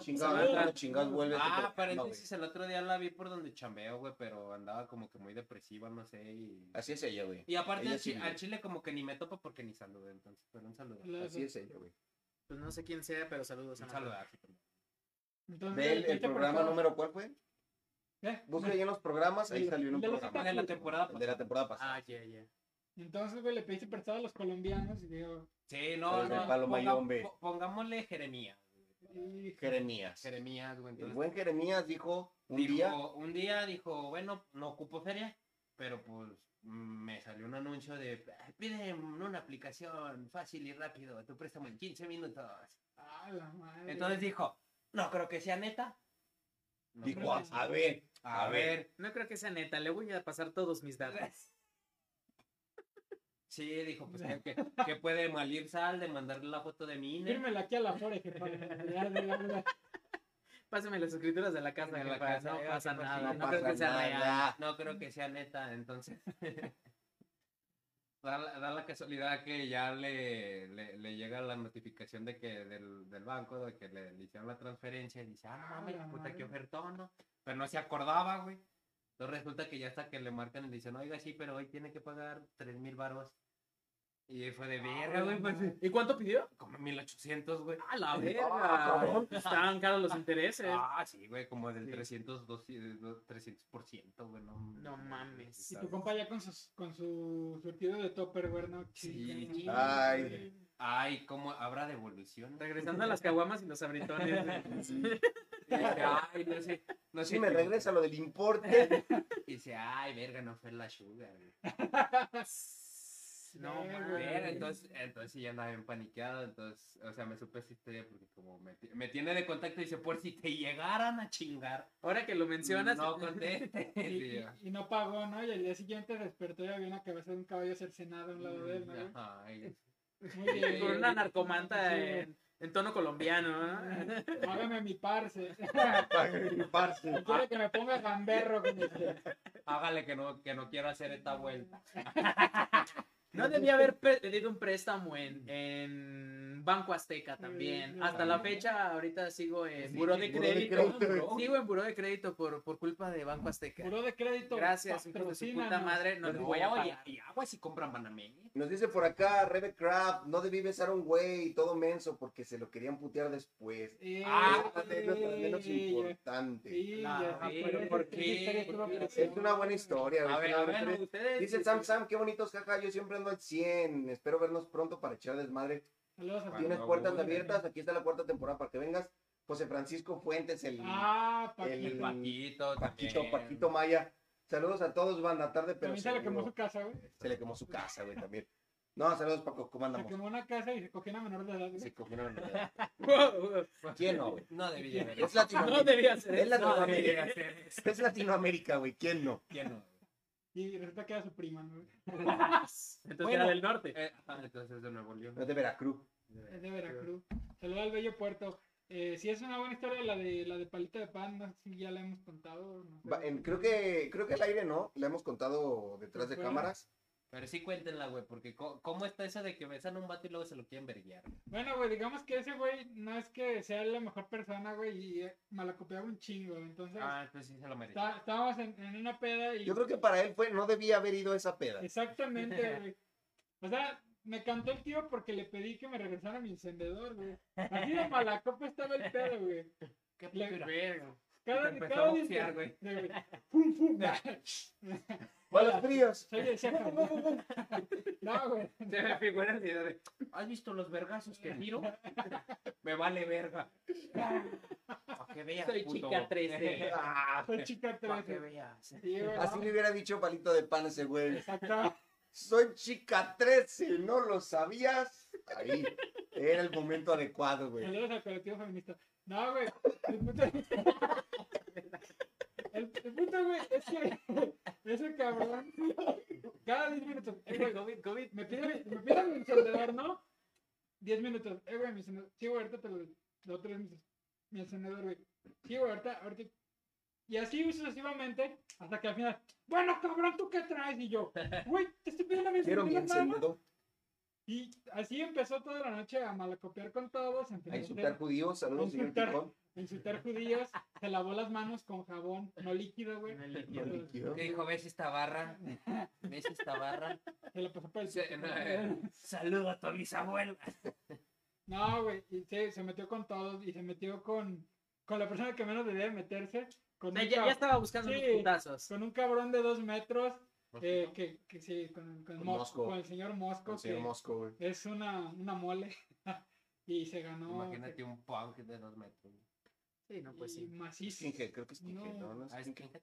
Chingados,
Samantha.
¿cómo chingados vuelve. este
Ah,
programa,
paréntesis, el otro día la vi por donde chambeo, güey, pero andaba como que muy depresiva, no sé, y...
güey? Así es ella, güey.
Y aparte
Ella
al,
sí,
chi-
güey.
al chile como que ni me topo porque ni saludo, entonces, pero un saludo. Un
Los-
Así es ella, güey.
Pues no sé quién sea, pero saludos. Ana.
saludo. así como-
Entonces,
Ve el, el
vete por
programa
favor.
número cuál fue.
¿Eh?
Busca ahí en los programas, ahí
El-
salió un
el de los
programa.
De la temporada
El de la
pasada.
temporada pasada.
Ah, ya, ya.
Entonces, güey, le pediste prestado a los colombianos y digo,
Sí, no,
Pero
no.
de palo mayón, ve.
po- pongámosle Jeremías.
"Hijo,
Jeremías.
Jeremías, güey.
El
entonces,
buen Jeremías dijo un
dijo-
día,
un día dijo, bueno, no ocupo feria, pero pues mm, me salió un anuncio de "Ah, pide en una aplicación fácil y rápido, tu préstamo en 15 minutos.
a la madre".
Entonces dijo, no creo que sea neta. No
dijo,
creo
a,
que sea-
a ver,
a ver.
No creo que sea neta, le voy a pasar todos mis datos.
Sí, dijo, pues que, que- que puede malir sal de mandarle la foto de mi E. INE.
Fírmela aquí a la Fore, jefa. Ya, de la- de
Pásame las escrituras de la casa,
De la
jefa,
casa,
no
eh,
pasa
jefa,
nada,
sí,
no,
no
creo
pasa
que sea real.
nada.
No creo que sea neta, entonces. da, la, da la casualidad que ya le, le, le llega la notificación de que del, del banco, de que le, le hicieron la transferencia y dice, ah, no
Ah,
mames,
la
puta,
madre.
qué ofertón, ¿no? Pero no se acordaba, güey. Entonces resulta que ya hasta que le marcan y le dicen, oiga, sí, pero hoy tiene que pagar tres mil baros. Y fue
Ah,
de verga, güey, pues,
¿Y cuánto pidió?
como 1800, güey.
A la
Ah,
verga.
cabrón.
Estaban caros los intereses.
Ah, sí, güey, como del eh,
Sí.
300, 200, 300%, güey, no,
No mames.
Y tu compa ya con, sus, con su surtido de topper, güey, no
Sí,
Chinga, no.
Ay.
Ay, ¿cómo habrá devolución?
Regresando a las caguamas y los abritones. güey.
Ay, no sé. No sé
Sí, me regresa lo del importe.
Y dice, ay, verga, no fue la sugar, güey.
No
Sí,
mames.
Verga, entonces, entonces ya andaba bien paniqueado, entonces, o sea, me supe esa historia porque como me, ti- me tiene de contacto y dice, por si te llegaran a chingar,
Ahora que lo mencionas,
no contestes.
Y, y-
Sí, ya.
y no pagó, ¿no? Y al día siguiente despertó y había una cabeza de un caballo cercenado a un lado de él, ¿no?
¿eh?
güey?
Ay,
Muy bien.
Mm, con una narcomanta
Sí.
en, en tono colombiano. ¿no?
Págame mi parce.
Parce.
Quiero que me ponga gamberro con este.
hágale que no, que no quiero hacer esta vuelta.
No debía haber pe- pedido un préstamo en, en Banco Azteca también.
Sí,
Hasta la
también.
fecha, ahorita sigo en
Eh, Pues Sí,
Buró de
buró de
Crédito.
crédito.
Sigo en Buró de Crédito por, por culpa de Banco Azteca.
Puro de crédito.
Gracias, hijo de su puta
patrocínanos.
madre. No les voy a
No, y,
pagar.
y agua si compran Banamex.
Nos dice por acá, Rebe Crab, no debí besar a un güey todo menso porque se lo querían putear después.
Eh,
Ah,
Ah,
es lo menos
sí,
importante.
sí, ya,
La
verga,
pero
¿por
esa
qué?
historia estuvo
¿Por qué?
preciosa.
Es una buena historia.
A
güey,
ver,
una
a
buena
ver,
historia.
ustedes.
Dice Sam Sam, qué bonitos, jaja, yo siempre ando al 100. Espero vernos pronto para echar desmadre.
Saludos a
Tienes
Cuando
puertas
gusten.
abiertas, aquí está la cuarta temporada para que vengas. José Francisco Fuentes, el
Ah, Paquito.
el-
Paquito,
Paquito,
también.
Paquito Maya. Saludos a todos, banda tarde, pero
También se le quemó
seguro.
su casa, güey.
Se le quemó su casa, güey, también. No, saludos, Paco, ¿cómo
Se
andamos?
quemó una casa y se cogió una menor de edad. güey.
Se cogieron la- ¿Quién
¿Quién
no,
no,
güey?
No debí de ver
Es
eso.
No
Latinoamérica.
debía ser
Es
No debí
eso.
Latinoamérica.
de hacer eso.
Es Latinoamérica, güey, ¿quién no?
¿Quién no?
Y resulta que era su prima, ¿no?
Entonces
Bueno.
era del norte.
Eh, ah, entonces de Nuevo León.
No es de Veracruz.
Es de Veracruz. Saludos al bello puerto. Eh, si es una buena historia la de la de palito de pan, no sé si ya la hemos contado. no sé.
Va- en- creo que creo que al aire no, la hemos contado detrás de
Bueno.
cámaras.
Pero sí cuéntenla, güey, porque co- ¿cómo está eso de que besan a un vato y luego se lo quieren verguiar?
Bueno, güey, digamos que ese güey no es que sea la mejor persona, güey, y eh, malacopeaba un chingo. Entonces,
Ah, entonces sí se lo merece.
está- estábamos en, en una peda y.
Yo creo que para él fue, no debía haber ido a esa peda.
Exactamente, güey. O sea, me cantó el tío porque le pedí que me regresara mi encendedor, güey. Así de malacopa estaba el pedo, güey.
¿Qué
Le-
pintura?
Cada,
empezó
cada
a boxear,
inter- de-
¡Va a los fríos!
Soy el Shepard. No, güey.
Se me figura el video de, ¿has visto los vergazos que tiro? me vale verga. Pa' que veas,
Soy
puto.
chica 13.
Ah,
Soy chica
Pa' que
13.
veas.
Sí, güey,
así
no,
le hubiera dicho palito de pan a ese güey.
exacto.
Soy chica 13, ¿no lo sabías? Ahí, era el momento adecuado, güey.
Saludos al colectivo feminista. No, güey. El punto, el, el punto, güey, es que ese cabrón, cada 10 minutos, eh, güey,
COVID, COVID.
me pide, me pide mi encendedor, ¿no? 10 minutos. Eh, güey, mi encendedor. Sí, güey, ahorita te lo doy. Los tres minutos. Mi encendedor, güey. Sí, güey, ahorita, ahorita. Y así sucesivamente, hasta que al final, bueno, cabrón, ¿tú qué traes? Y yo, güey, te estoy pidiendo mi
Quiero mi
encendedor, nada más".
encendedor.
Y así empezó toda la noche a malacopiar con todos, empezó
A
a
insultar
hacer-
judíos, saludos, señor
Insultar.
Picón.
a insultar judíos, se lavó las manos con jabón, no líquido, güey.
No líquido.
¿Qué dijo? ¿Ves esta barra? ¿Ves esta barra?
Se la pasó por el...
Se- no, eh, Saludo a tu bisabuela.
No, güey, y se, se metió con todos y se metió con, con la persona que menos debía meterse, con, un,
Ya,
cab-
ya estaba buscando
Sí.
los putazos.
con un cabrón de dos metros, eh,
Mosquito.
que, que sí, con, con,
Con
Mos-
Mosco.
con el señor Mosco,
Con señor
que
Mosco, güey.
es una, una mole, y se ganó
Imagínate un punk de dos metros.
Sí, no, pues
y
sí.
macizo.
Skinhead, creo que es Skinhead,
No.
¿no? No
Ah,
es
es
Skinhead.
que-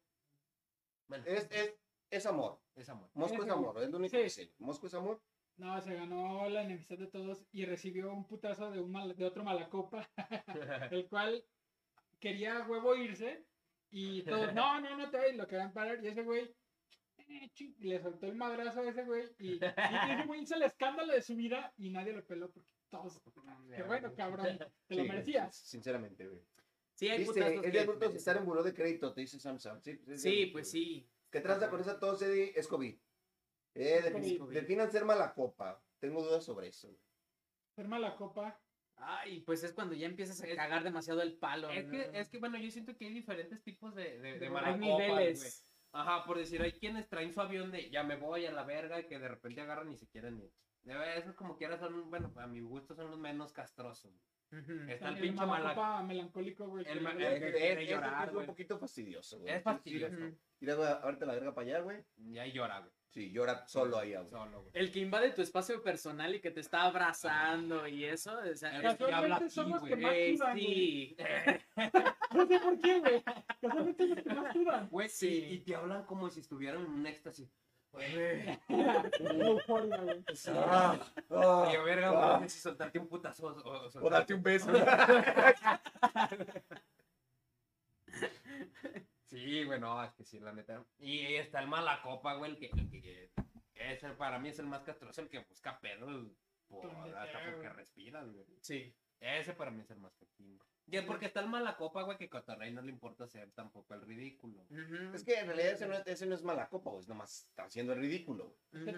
Bueno,
Es, es, es amor.
es amor.
Mosco
Es
es amor, es lo único
Sí.
que sé. Mosco es amor.
No, se ganó la enemistad de todos y recibió un putazo de, un mal- de otro malacopa, el cual quería a huevo irse y todos, no, no, no te voy, lo querían parar y ese güey eh, chin, le soltó el madrazo a ese güey y, y ese güey hizo el escándalo de su vida y nadie lo peló porque todos, qué bueno, cabrón, te lo
Sí,
merecías.
Sinceramente, güey.
Sí, hay
Viste,
putazos.
es
que-
de adultos estar en buró de crédito, te dice Sam Sam. Sí, es de
Sí,
adultos,
pues
güey.
sí.
¿Qué tranza con esa tos, Eddie? Es COVID. Eh,
Es
defin-
COVID.
definan ser mala copa. Tengo dudas sobre eso. güey.
Ser malacopa,
Ay, pues es cuando ya empiezas a
Es-
cagar demasiado el palo.
Es
¿no?
que, es que, bueno, yo siento que hay diferentes tipos de, de, de
Hay
hay
malacopas, güey.
niveles.
Ajá, por decir, hay quienes traen su avión de ya me voy a la verga y que de repente agarran y se quieren ir. Debe- Esos como quiera son, bueno, a mi gusto son los menos castrosos.
Ujú.
Está el
El
pinche
malacopa
malacopa.
melancólico, güey.
El
que-
ma-
Es,
el-
es,
de
es-
llorar,
Eh, es
güey.
un poquito fastidioso, güey.
Es fastidioso.
Ujú.
Mira, güey, ahorita la verga para allá, güey.
Y ahí llora, güey.
Sí, llora solo allá, güey.
Solo, güey.
El que invade tu espacio personal y que te está abrazando y eso, o sea,
El que habla
Casualmente
aquí,
son los
güey. Eh,
que más
eh,
sudan, güey.
sí.
No sé por qué, güey. Casualmente son los que más sudan.
Güey,
Sí.
y, y te hablan como si estuvieran en un éxtasis.
Euforia, güey.
Ah, ah,
Oye, verga,
ah.
güey, no sé si soltarte un putazo o, o- o
o
soltarte-
darte un beso.
Sí, güey, no, es que sí, la neta. Y ahí está el Malacopa, güey, el que, el que- es el- para mí es el más castroso, el que busca perros por,
Donde
hasta
sea,
porque
güey.
respiras, güey.
Sí.
Ese para mí es el más castroso. Y es porque está el Malacopa, güey, que Cotorrey no le importa ser tampoco el ridículo. güey.
Ujú.
Es que en realidad ese no, es- ese no es mala copa, güey. Es pues, nomás está haciendo el ridículo, güey.
Ujú.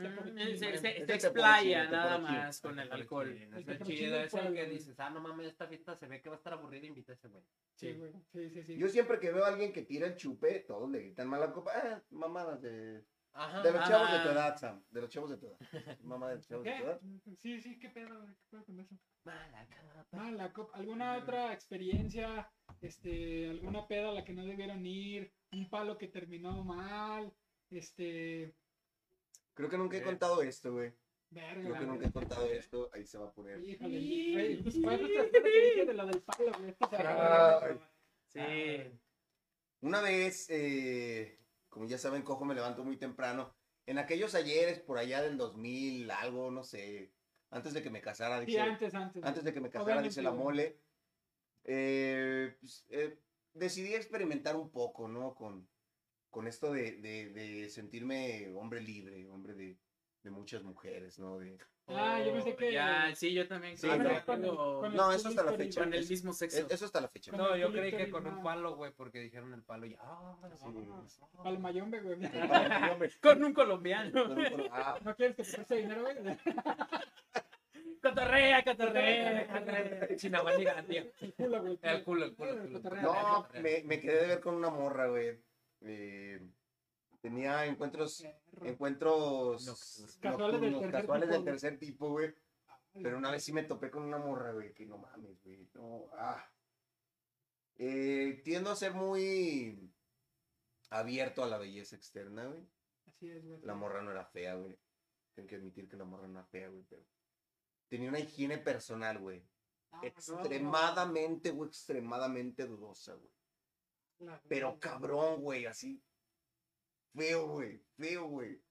Se- se-
Este
se
te
explaya
pone chido,
nada
te pone chido.
más con el
Porque
alcohol.
no
El
está
Cotorrey
chido,
no
es el
puede,
que
güey.
dices, ah, no mames, esta fiesta se ve que va a estar aburrida, invita a ese güey.
Sí, güey. Sí, sí, sí.
Yo siempre que veo a alguien que tira el chupe, todos le gritan mala copa. Ah, mamadas de,
Ajá.
de los
ah.
chavos de tu edad, Sam. De los chavos de tu edad. Mamá de los chavos de tu
¿Qué?
edad.
Sí, sí, qué pedo, güey. ¿Qué pedo con eso?
Malacopa.
Ah, la copa. ¿Alguna otra experiencia? Este, alguna peda a la que no debieron ir, un palo que terminó mal, este,
Creo que nunca he
Sí.
contado esto, güey.
verga.
Creo que
güey.
nunca he contado esto. Ahí se va a poner.
Híjole, güey, pues, fue nuestra historia que dije de lo del palo, güey. Esto se
Ah,
acabó, güey.
Sí.
Una vez, eh, como ya saben, cojo me levanto muy temprano. En aquellos ayeres, por allá del 2000, algo, no sé, antes de que me casara,
Sí,
dice, antes,
antes, antes.
de que me casara,
Obviamente,
dice la
güey.
mole, eh, pues, eh, decidí experimentar un poco, ¿no? Con, con esto de, de- de sentirme hombre libre, hombre de, de muchas mujeres, ¿no? De,
Ah, yo pensé
Oh,
que-
Ya, sí, yo también.
Sí,
creo
no.
que
Con
el-
tengo-
con el
No, eso
Toy
hasta la
Story,
fecha.
güey.
con el mismo sexo.
eso hasta la fecha.
Con
No,
el
yo creí que
clítoris,
con un
no.
palo, güey, porque dijeron el palo y ah, vámonos, vámonos.
Palmayombe, güey.
Con un colombiano.
Ah,
¿No quieres que te preste dinero, güey?
Cotorrea, cotorrea, cotorrea.
Chinahual y garantía.
El culo, güey.
El culo, el culo, el culo.
Cotorrea.
No, me, me quedé de ver con una morra, güey. Eh, tenía encuentros Eh, encuentros
Nocturnos.
Casuales del
nocturnos,
tercer
casuales
tipo,
del
güey.
tercer tipo, güey. Pero una vez sí me topé con una morra, güey, que no mames, güey. No, ah. Eh, tiendo a ser muy abierto a la belleza externa, güey.
Así es, güey. Ah,
La morra no era fea, güey. Tengo que admitir que la morra no era fea, güey, pero tenía una higiene personal, güey.
Ah, no,
Extremadamente, güey, extremadamente dudosa, güey.
la-
Pero cabrón, güey, así. Feo, güey, feo, güey.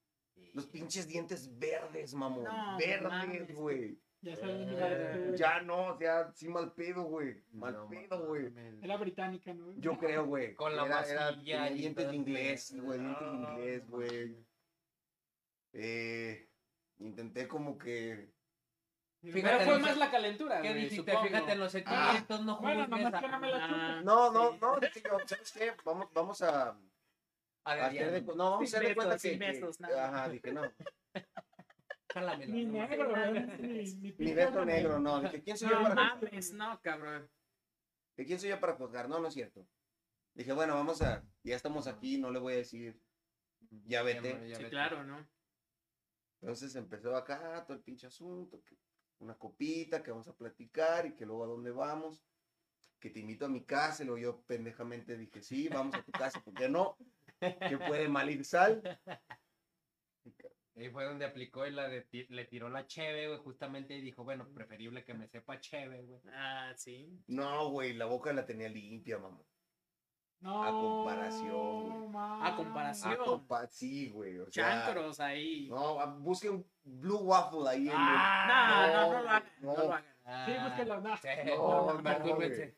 Los pinches dientes verdes, mamón.
No,
verdes,
mames.
güey.
Ya saben,
Eh,
güey.
Ya no, o sea, sí mal pedo, güey. Mal
No,
pedo, güey.
mames.
Era británica, ¿no? güey?
Yo creo, güey.
Con la
era, era,
masilla
tenía
y
dientes de
todo.
inglés, güey, dientes de
Ah,
inglés,
no
güey. Eh, intenté como que...
Fíjate,
Pero
no
fue
sé-
más la calentura.
¿Qué
güey,
dijiste?
supongo.
Fíjate en los sentimientos, no
Bueno,
juzgues.
nomás que no me la
Ah,
No, no, no, tío, ¿sabes qué? Vamos, vamos a, a
A ver,
hacer
ya,
de... cu- No, vamos a
Sin
hacer de cuenta
besos,
que...
sin
que-
besos, nada.
Ajá, dije, no.
jálamela,
Ni
no mames.
negro, güey. Ni, ni
Mi
pinche
beso
hombre.
negro, no. Dije, ¿quién soy yo
No
para
mames, no, cabrón.
¿De quién soy yo para juzgar? No, no es cierto. Dije, bueno, vamos a. Ya estamos aquí, no le voy a decir. Ya vete.
bueno, ya
Sí,
vete.
claro, ¿no?
Entonces empezó acá todo el pinche asunto. que una copita, que vamos a platicar y que luego a dónde vamos. Que te invito a mi casa. Y luego yo pendejamente dije, sí, vamos a tu casa, ¿por qué no? Que puede mal ir sal.
Ahí fue donde aplicó y la de ti- le tiró la cheve, güey, justamente y dijo, bueno, preferible que me sepa cheve, güey.
Ah, sí.
No, güey, la boca la tenía limpia, mamá.
No,
A comparación, güey.
mames.
A comparación.
Ah, compa- sí, güey. O sea,
Chancros ahí.
No, ah, busquen Blue Waffle ahí. en el-
Ah, no, no,
no,
lo hagan. No,
no.
lo hagan.
Sí, pues búsquelo.
Ah,
No,
Ah. Sí,
No,
no,
no,
pertúrbense.
güey.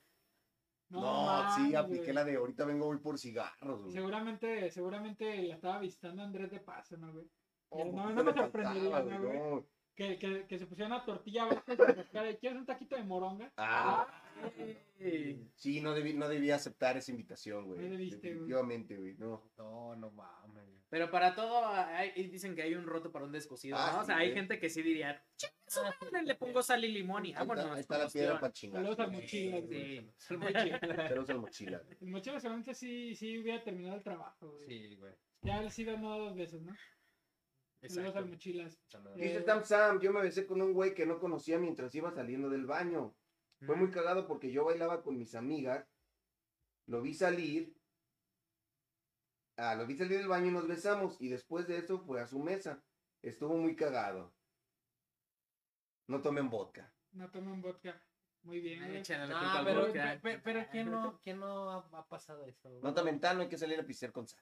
no,
No, sí,
mames,
apliqué
güey.
la de ahorita vengo voy por cigarros, güey.
Seguramente, seguramente la estaba visitando Andrés de Paso, ¿no, güey?
Oh,
no,
poquito
no me
le faltaba,
sorprendería,
güey,
¿no, güey?
no.
Que, que, que se pusieron una tortilla abajo y se buscara, ¿Quieres un taquito de moronga?
Ah,
Sí.
sí, no debí, no debí aceptar esa invitación, güey.
No debiste, güey.
Definitivamente, güey, no.
No, no mames. güey.
Pero para todo, hay- y dicen que hay un roto para un descosido,
Ah,
¿no? O
sí,
sea, hay
güey.
gente que sí diría, "Chinga su madre, le pongo sal y limón y
Ahí está,
vámonos.
ahí está la piedra para chingar.
Saludos al
güey.
mochila,
Sí.
güey.
Son muy chidos.
Saludos al mochila. güey.
El mochila seguramente sí, sí hubiera terminado el trabajo, güey.
Sí, güey.
Ya él sí ganó dos veces, ¿no? Saludos
Exacto.
al mochilas. Eh,
Saludos.
Dice Tam Sam, yo me besé con un güey que no conocía mientras iba saliendo del baño. Fue muy cagado porque yo bailaba con mis amigas, lo vi salir, ah, lo vi salir del baño y nos besamos, y después de eso fue a su mesa. Estuvo muy cagado. No tomen vodka.
No tomen vodka. Muy bien. güey.
Échenle la culpa
Ah,
al
pero,
vodka.
pe- pero ¿quién no, quién no ha, ha pasado eso? güey?
No tomen tan, no hay que salir a pistear con sal.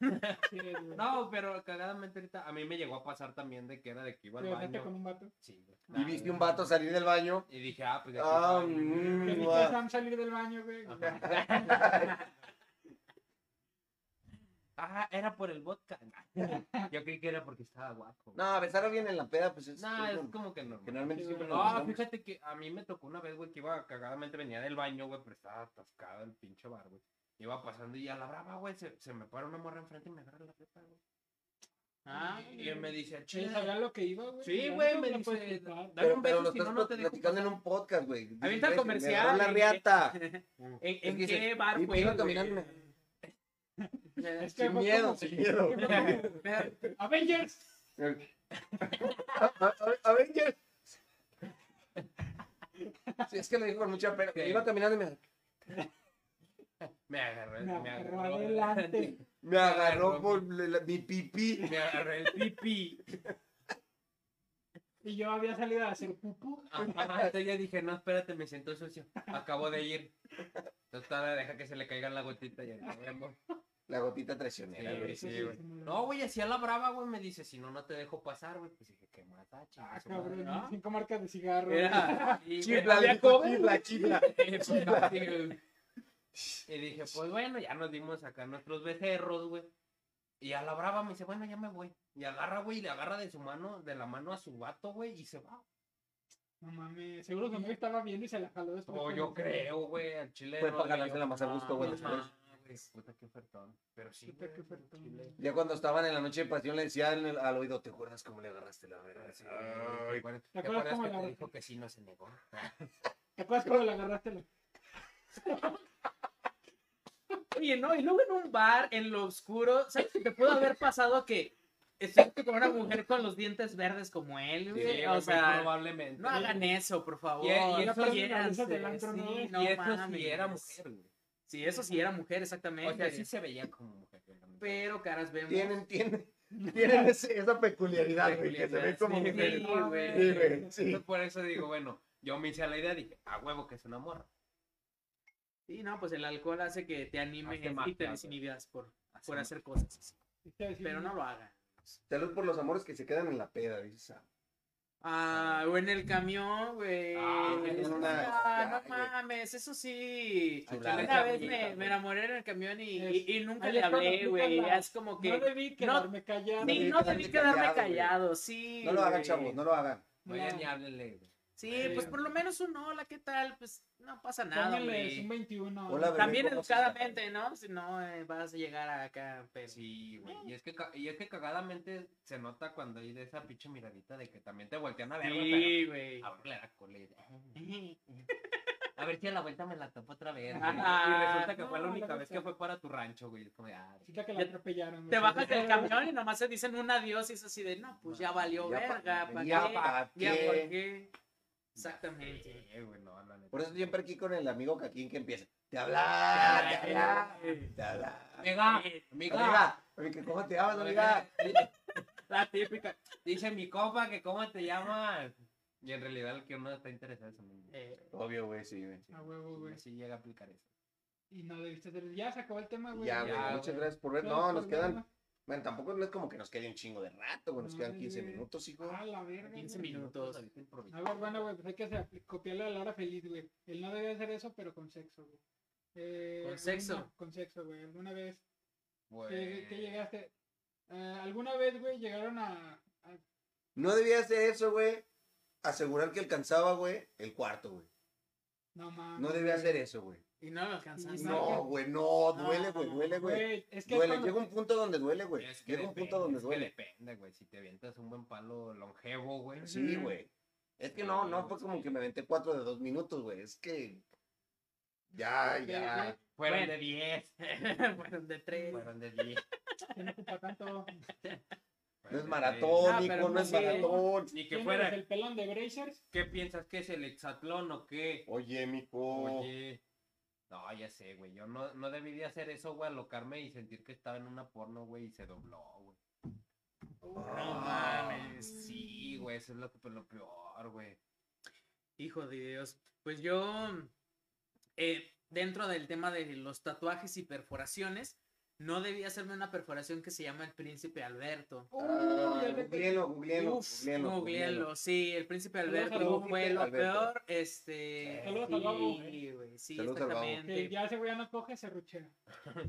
Sí, güey.
No, pero cagadamente ahorita a mí me llegó a pasar también de que era de que iba al
Pero vete con
baño.
un vato.
Sí, güey.
Y viste un vato salir del baño.
Y dije, ah, pues de aquí
Ah,
soy.
mm,
Que viste a
guau.
Sam salir del baño, güey.
Ajá. Ah, era por el vodka. Yo creí que era porque estaba guapo. güey.
No, besar bien en la peda, pues es.
No, es
normal.
como que normal.
Generalmente
Sí,
siempre
güey.
nos
Ah,
besamos.
fíjate que a mí me tocó una vez, güey, que iba cagadamente, venía del baño, güey, pero estaba atascado el pinche bar, güey. Iba pasando y a la brava, güey, se, se me para una morra enfrente y me agarra la pepa, güey.
Ah,
y él me dice,
Che,
che,
¿sabía lo que iba, güey?
Sí,
Ya
güey,
no
me
la
dice-
puedes quitar.
Dame
Pero,
un
pero
beso,
lo
si
estás
no, no te dejo
platicando en
pasar.
un podcast, güey. Dices,
Avienta
"Güey, se
el
me
comercial,
agarró la
güey".
riata.
Mm.
Eh,
¿En, en
Es que
qué
dice,
bar
"Y
fue?
vengo
güey?
caminando".
Es que
Sin
fue
miedo,
como-
sin miedo.
Avengers.
Avengers. Sí, es que lo dijo con mucha pena.
Sí.
Iba caminando y me,
Me agarró,
Me
me
agarró
agarró.
adelante.
me agarró
agarró.
por la- mi pipí.
Me agarró el pipí.
Y yo había salido a hacer pupú.
Ajá, entonces ya dije, no, espérate, me siento sucio. Acabo de ir. Total, deja que se le caiga la gotita y ya vemos.
La gotita traicionera.
Sí,
güey.
sí, güey. No, güey, así a la brava, güey, me dice, si no, no te dejo pasar, güey. Pues dije, qué mata, chinga
Ah,
su madre".
cabrón.
¿no?
Cinco marcas de cigarro.
Era-
Y,
Chifla,
¿Había
dijo,
cover?
chifla, chifla.
güey, pues, así, güey. Y dije, pues bueno, ya nos dimos acá nuestros becerros, güey. Y a la brava me dice, bueno, ya me voy. Y agarra, güey, y le agarra de su mano, de la mano a su vato, güey, y se va.
No mames. Seguro su amigo estaba viendo y se la jaló después.
O Oh, yo creo, güey, al chile.
Fue
no,
para
güey,
ganársela
yo-
más a gusto, güey,
no,
después.
mames, Puta, qué ofertón. Pero sí,
Puta,
güey,
qué
al
ofertón.
chile.
Ya cuando estaban en la noche de pasión le decían al- al oído, ¿te acuerdas cómo le agarraste la verga?
Sí, güey, ¿te
Ay,
acuerdas-
¿Te
¿Te
acuerdas
acuerdas
cómo
que
la-
te dijo que sí no se negó?
¿Te acuerdas cuando la agarraste? la-
Oye, no, y luego en un bar, en lo oscuro, ¿sabes que te pudo haber pasado que estuviste con una mujer con los dientes verdes como él,
Sí,
güey?
güey,
o
muy
sea,
probablemente.
no hagan eso, por favor.
Y- y eso-
Quiéranse,
del antro, ¿no?
sí,
Y
no
y eso
mames.
sí era mujer, güey.
Sí, eso sí era mujer, exactamente.
O sea, sí se veía como mujer. güey, la neta.
Pero caras vemos.
Tienen, tienen, tienen ese- esa peculiaridad, güey, que se ve
Peculiaridad,
como
sí,
mujer.
Sí, güey.
Sí, güey, sí.
Entonces, por eso digo, bueno, yo me hice a la idea, dije, a huevo que es una morra.
Sí, no, pues el alcohol hace que te animes
Hace magia,
y te
güey.
desinhibas por,
Así
por
no.
hacer cosas. así.
Te iba a decir,
Pero no lo hagan.
Salud por los amores que se quedan en la peda, dices. ah.
Ah, o en el camión, güey.
Ah, en
Eso
una-
sí,
ay,
ah, no
güey.
mames, eso sí.
Chulada.
Una vez
Chulada,
me, me enamoré en el camión y,
Es-
y- y nunca
ahí
le
es cuando
hablé,
aplicas
güey.
la-
Es como
No
que.
debí quedarme callado.
sí,
debí
no
quedarme
debí quedarme
callado,
callado,
güey.
sí.
No lo hagan,
güey.
chavos, no lo hagan.
Oigan,
No.
ni háblenle, güey.
Sí, pues por lo menos un hola, ¿qué tal? Pues no pasa nada,
Pónganles
güey.
un 21.
Hola, bebé.
También
¿cómo estás?
educadamente, ¿no? Si no, eh, vas a llegar acá, pues, pero.
Sí, güey. Y es que ca- y es que cagadamente se nota cuando hay de esa pinche miradita de que también te voltean a ver, güey, pero-
Sí, güey.
A ver, la cola y- A ver si a la vuelta me la topo otra vez. güey.
Ajá.
y resulta que fue la
No,
única
la
vez que
neta.
fue para tu rancho, güey. Es como de, ah,
Resulta que la
Ya-
atropellaron.
Pues,
güey.
Te bajas del camión y nomás se dicen un adiós y es así de, no, pues ya valió
Ya pa-
verga, ¿pa'
ya
qué?
pa'
Ya
qué.
pa' qué. Exactamente.
sí, güey, no, la neta.
Por eso siempre aquí con el amigo Caquín que empieza. Te habla, te habla, te habla.
Amiga,
Eh,
amiga.
Amiga, oye, ¿cómo te llamas, amiga?
La típica.
Dice mi copa que cómo te llamas. Y en realidad el que uno está interesado es un
Eh,
Obvio, güey, sí, güey.
A huevo, güey.
Sí llega a aplicar eso.
Y no debiste hacer. Ya se acabó el tema, güey. pues,
Ya, güey,
Ya,
muchas
güey.
gracias por ver.
Gracias
No,
por
nos
el
quedan.
tema.
Bueno, tampoco no es como que nos quede un chingo de rato, güey. Nos
No,
quedan
sí,
15
güey.
minutos, hijo.
A la verga.
15
güey.
minutos.
Ahorita improvisamos.
A ver, bueno, güey, pues hay que se- copiarle a la hora feliz, güey. Él no debe hacer eso, pero con sexo, güey. Eh,
¿Con sexo?
alguna- con sexo, güey. Alguna vez que,
Pues-
que llegaste. eh, ¿Alguna vez, güey, llegaron a. a-
No debías de eso, güey. Asegurar que alcanzaba, güey, el cuarto, güey.
No mames.
No debía
debías
hacer eso, güey.
Y no lo alcanzaste.
No, güey, no,
Ah,
duele, güey, duele, güey.
Güey, es que.
Duele,
cuando-
llega un punto donde duele, güey.
Es que
Llega un punto donde
es que
duele.
depende, güey. Si te avientas un buen palo longevo, güey.
Sí, güey. Es que no, no fue como que me aventé cuatro de dos minutos, güey. Es que. Ya, ya.
Fueron
Bueno.
de 10.
Fueron de tres.
Fueron de 10.
que no ocupa tanto.
No es
Ah,
maratónico,
pero
no
pues
es
sí.
maratón.
Ni que
¿Quién
fuera.
eres, el pelón de Brazers?
¿Qué piensas que es el hexatlón o qué?
Oye, mico.
Oye. No, ya sé, güey. Yo no, no debí de hacer eso, güey, alocarme y sentir que estaba en una porno, güey, y se dobló, güey. Ah,
No mames.
Sí, güey, eso es lo, que- pues, lo peor, güey.
Hijo de Dios. Pues yo, eh, dentro del tema de los tatuajes y perforaciones, no debía hacerme una perforación que se llama el príncipe Alberto.
Uy,
Ah,
ya te-
Googleenlo, googleenlo,
Uf,
googleenlo,
googlealo, sí, el príncipe
Saludos al
Alberto
Babu,
fue
príncipe
lo
Alberto.
peor, este,
Saludos al Babu,
sí, güey, sí,
Saludos al Babu.
que
exactamente,
ya ese güey ya no coge, se ruchea.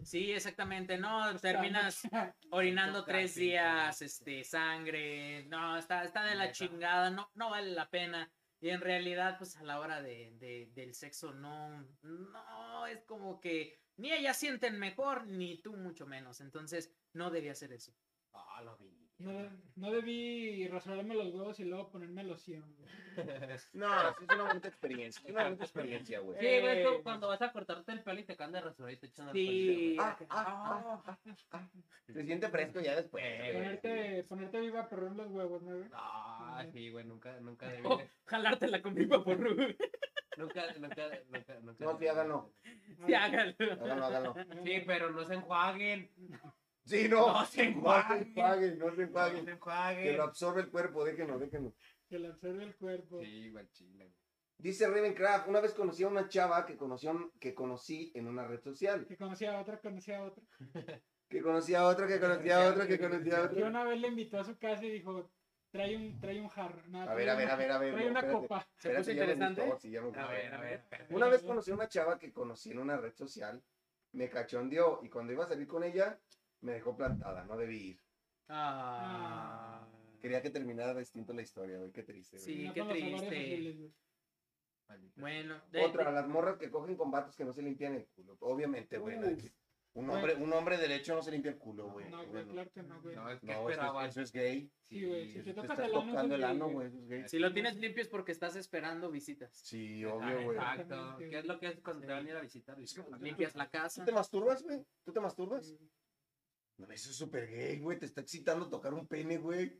sí, exactamente, no, terminas orinando
Tanto
tres
tráfico,
días,
¿no?
este, sangre, no, está, está de la
Neta.
chingada, no, no vale la pena, y en realidad, pues, a la hora de, de- del sexo, no, no, es como que ni ellas sienten mejor, ni tú mucho menos, entonces, no debía hacer eso.
Ah, lo vi.
No, no debí rasurarme los huevos y luego ponerme los 100.
No, sí es una bonita experiencia. Es una bonita experiencia, güey.
Sí, güey,
Eh.
tú cuando vas a cortarte el pelo y te acaban de rasurar y te echan las
Sí,
Ah,
acá-
ah, ah, ah, ah. Se siente fresco ya después.
Eh,
güey.
Ponerte, ponerte viva a perder los huevos, ¿no? güey?
Ah, sí, güey, nunca, nunca debí
Oh,
de-
jalártela con mi paporru.
Nunca, nunca, nunca, nunca.
No,
debí
sí,
de-
háganlo.
Sí, hágalo.
Háganlo, háganlo.
Sí, pero no se enjuaguen.
Sí, no.
No se
enjuaguen,
enjuaguen.
No
No
se
se
enjuaguen. Que lo
enjuaguen.
absorbe el cuerpo, déjenlo, déjenlo.
Que le absorbe el cuerpo.
Sí, güey, chile, güey.
Dice Ravencraft, una vez conocí a una chava que, conoció, que conocí en una red social.
Que conocía a otra, conocía a otra.
Que conocí a otra, que conocí a otra, que conocí a
Que
otra.
una vez le invitó a su casa y dijo, trae un, trae un jarro. No,
A
trae
ver, a
una-
ver, a ver, a ver.
Trae
no,
una
espérate.
copa.
¿Se puso
Espérate, ya me
interesante?
gustó, sí, ya me
A
gustó.
ver, a ver. espérate.
Una vez conocí a una chava que conocí en una red social, me cachondeó y cuando iba a salir con ella, me dejó plantada, no debí ir.
Ah.
Quería que terminara distinto la historia, güey, qué triste. güey.
Sí,
No
qué
con los sabores
triste.
horribles, güey.
Maldita
Bueno,
sea.
de-
Otra, las morras que cogen con vatos que no se limpian el culo. Obviamente, güey.
Uf.
nadie- Un hombre, un hombre derecho no se limpia el culo, güey.
No, güey,
Bueno,
claro que no, güey.
No, es que
no, eso,
esperaba.
es, eso es gay.
Sí, güey, si
Te
te tocas
estás
el ano,
tocando el
es
ano,
gay,
güey, eso es gay.
si lo tienes limpio es porque estás esperando visitas.
Sí,
Ah,
obvio, güey.
Exacto. ¿Qué es lo que es cuando
Sí.
te van a ir a visitar?
Limpias la
¿Tú
casa.
te masturbas, güey? ¿Tú te masturbas? No, eso es súper gay, güey. Te está excitando tocar un pene, güey.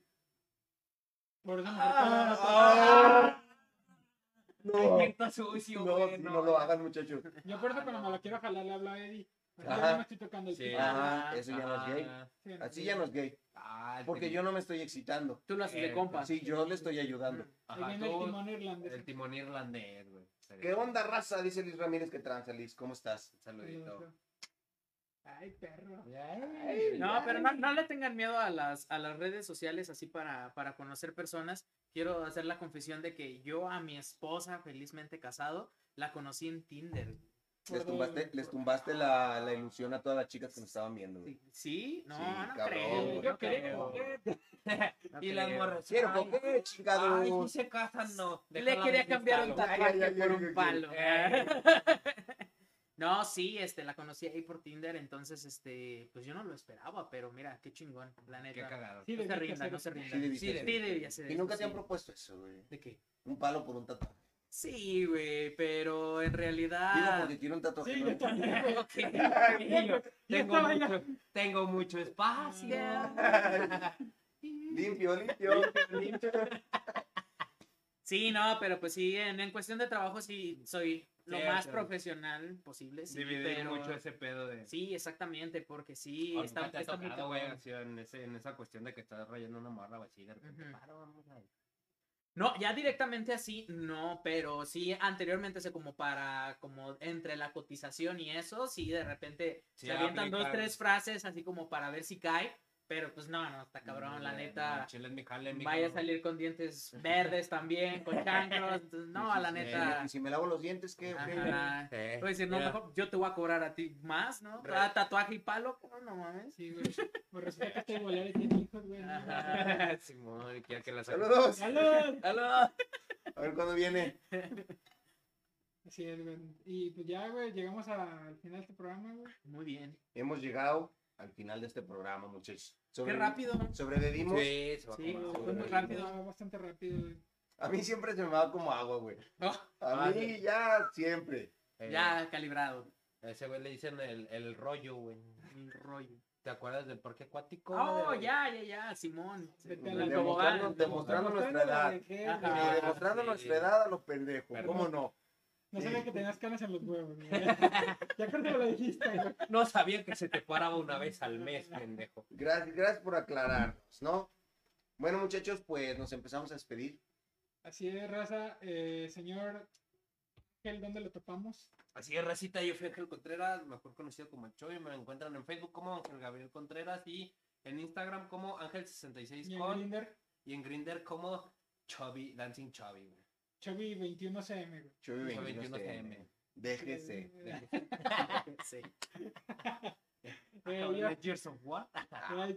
Por eso me
ah,
Ah,
Me
No.
siento sucio,
No,
güey.
sí, no lo hagan, muchachos.
Yo por eso
Ah,
cuando
no.
me lo quiero jalar le hablo a Eddie. Así
Ajá.
ya no me estoy tocando el
Sí.
Eh,
pito.
Ajá, eso ya no es gay.
Ah,
Sí,
Así
sí.
ya no es gay.
ah,
Porque
el
yo no me estoy excitando.
Tú lo haces de
Eh,
compa.
Sí, yo le estoy ayudando.
Ajá,
Ahí viene el
tú-
timón
timón-
irlandés.
el timón irlandés, güey.
¿Qué onda, raza? Dice Liz Ramírez que tranza, Liz. ¿Cómo estás?
Saludito.
Ay, perro.
No, pero no, no le tengan miedo a las, a las redes sociales así para, para conocer personas. Quiero hacer la confesión de que yo a mi esposa, felizmente casado, la conocí en Tinder.
Les tumbaste, les tumbaste la, la ilusión a todas las chicas que nos estaban viendo. güey.
Sí, ¿Sí? No,
Sí,
no
cabrón,
creo,
güey,
no
Yo creo.
creo, no
Y las
creo.
morras.
Quiero
ay,
coger,
Ay,
chingados.
si se casan, no.
Le quería cambiar un
palo.
tatuaje
Ay, ay, ay,
por
ay,
un
ay.
palo.
Eh.
No, sí, este, la conocí ahí por Tinder, entonces, este, pues yo no lo esperaba, pero mira, qué chingón, la
Qué
neta.
cagado.
Sí,
No se
debiste
rinda,
hacer
no se
eso.
rinda.
Sí, debiste
Sí,
hacer
debía hacer
Y
eso,
nunca te han
sí.
propuesto eso, güey.
¿De qué?
Un palo por un tatuaje.
Sí, güey, pero en
Digo
realidad...
porque tiene un tatuaje.
Sí,
¿no?
yo también. güey.
Ok.
Yo
Tengo
estaba ya-
mucho, tengo mucho espacio.
Limpio, limpio.
Sí, no, pero pues sí, en, en cuestión de trabajo sí soy lo
Sí,
más
o sea,
profesional posible, sí,
Dividir
pero...
mucho ese pedo de.
Sí, exactamente, porque sí,
Oh,
está,
nunca te ha
está muy
tocado, güey,
cabrón.
así, en, ese- en esa cuestión de que estás rayando una morra güey, así de repente,
Ujú. Ah,
paro, vamos a ir.
No, ya directamente así, no, pero sí anteriormente sé como para, como entre la cotización y eso, sí de repente
Sí,
se avientan dos,
aplican.
tres frases así como para ver si cae, pero pues no, no, está cabrón,
No,
la
no,
neta,
no, chile es mi jale, mi
vaya a
jale.
salir con dientes verdes también, con chancros, entonces, no,
Sí,
la
sí, sí.
neta,
Y si me lavo los dientes, ¿qué?
ajá.
Sí,
Voy a decir, no,
mira,
mejor yo te voy a cobrar a ti más, ¿no?
Re-
Ah, Tatuaje y palo, cabrón, no mames.
Sí, güey. Por resulta que estoy volando y tiene hijos, güey. no,
Ajá.
Simón, quiero que la saque.
Saludos.
¡Salud!
¡Aló!
A ver cuándo viene.
Así es, güey. Y pues ya, güey, llegamos a- al final de este programa, güey.
Muy bien.
Hemos llegado al final de este programa, muchachos.
Qué
Sobrevi-
rápido.
Sobrevivimos.
Sí, se va a
Sí,
comer.
fue muy
güey.
rápido.
Ah, bastante rápido, güey.
A mí siempre se me va como agua, güey.
Oh,
A
Ah,
mí ya siempre.
Eh,
ya calibrado.
A ese güey le dicen el, el rollo, güey.
El rollo.
Te ¿Te acuerdas del parque acuático?
Oh,
De-
ya, ya, ya, Simón.
Vete a la
El
Demostrando,
tobogán.
demostrando nuestra edad.
Ah,
Y
edad.
demostrando
sí.
nuestra edad a los pendejos.
Perdón.
¿Cómo no?
No sabía que tenías canas en los huevos. güey. Ya cuando lo dijiste, güey.
No sabía que se te paraba una vez al mes, pendejo.
Gracias, gracias por aclararnos, ¿no? Bueno, muchachos, pues nos empezamos a despedir.
Así es, raza. Eh, señor, Ángel, ¿dónde lo topamos?
Así es, Racita, yo fui Ángel Contreras, mejor conocido como El Choy, me encuentran en Facebook como Ángel Gabriel Contreras y en Instagram como
Y
Ángel66
en
con
Grindr,
y en Grinder como Chubby, Dancing Chubby, güey.
Chubby21CM, güey.
Chuy,
Chubby
21
21CM.
Déjese. déjese.
Sí.
Eh,
Cabrón,
yo-
¿es Years of War?
Ay,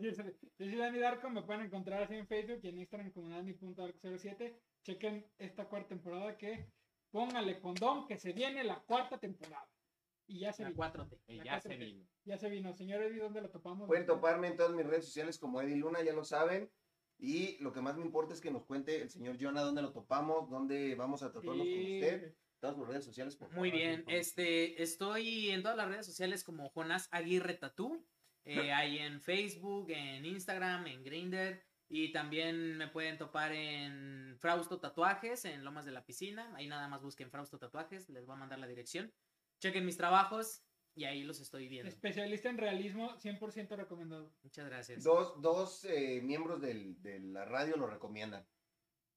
Yo soy yo soy Dani Darko, me pueden encontrar así en Facebook y en Instagram como Dani.arc07. Chequen esta cuarta temporada que póngale condón que se viene la cuarta temporada. Y ya se
La
vino.
4T.
Y
La
Eh, ya se
4T.
vino.
Ya se vino. Señor Eddie, ¿dónde lo topamos?
Pueden toparme en todas mis redes sociales como Eddie Luna, ya lo saben. Y lo que más me importa es que nos cuente el señor Jonah dónde lo topamos, dónde vamos a toparnos con
Y-
usted. Todas sus redes sociales, por
Muy
favor.
bien,
pues.
este, estoy en todas las redes sociales como Jonás Aguirre Tatú, eh, ahí en Facebook, en Instagram, en Grinder y también me pueden topar en Frausto Tatuajes, en Lomas de la Piscina, ahí nada más busquen Frausto Tatuajes, les voy a mandar la dirección, chequen mis trabajos y ahí los estoy viendo.
Especialista en realismo, 100% recomendado.
Muchas gracias.
Dos, dos eh, miembros del- de la radio lo recomiendan.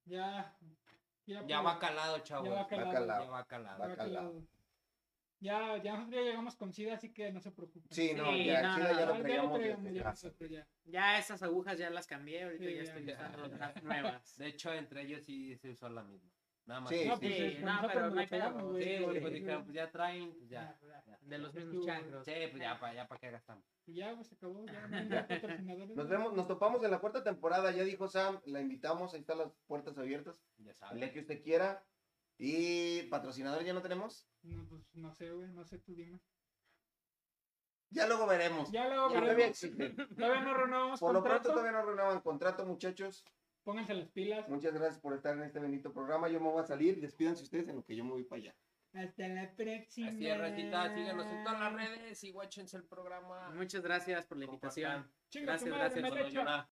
Ya.
Ya
pues,
va calado, chavos.
Ya va calado.
calado.
Ya va calado.
Va
ya va
calado.
calado. Ya, ya nosotros ya llegamos con SIDA, así que no se preocupen.
Sí, no,
Sí,
ya,
no,
Chida ya
no,
Ya
lo traíamos
traíamos,
desde
ya
casa.
nosotros ya.
Ya esas agujas ya las cambié, ahorita
Sí, ya.
ya estoy usando otras nuevas.
De hecho, entre ellos sí se usó la misma. Nada más.
Sí,
que-
No, pues,
sí,
es-
no,
nosotros
pero
nos
no hay
la pegamos,
pedo,
güey.
Sí,
Sí,
güey,
sí,
pues dijeron, pues ya traen, pues, ya. ya.
De los
Tú-
mismos changros.
Sí, pues ya para ya pa' qué gastamos.
Y ya, pues, se acabó. Ya, no hay patrocinadores.
Nos vemos, nos topamos en la cuarta temporada, ya dijo Sam, la invitamos, ahí están las puertas abiertas,
Ya
el
sabes.
día que usted quiera. Y patrocinadores ya no tenemos.
No, pues no sé, güey, no sé, tú dime.
Ya luego veremos.
Ya luego
Ya todavía
veremos.
existen.
Todavía no renovamos
Por lo pronto
contrato.
todavía no renuevan contrato, muchachos.
Pónganse las pilas.
Muchas gracias por estar en este bendito programa. Yo me voy a salir, despídanse ustedes en lo que yo me voy para allá.
Hasta la próxima.
Así es, ratita, síganos en todas las redes y watchense el programa.
Muchas gracias por la invitación.
Compartan.
Chinga tu
Gracias,
madre,
gracias,
me la
Solo
echo.
llorar.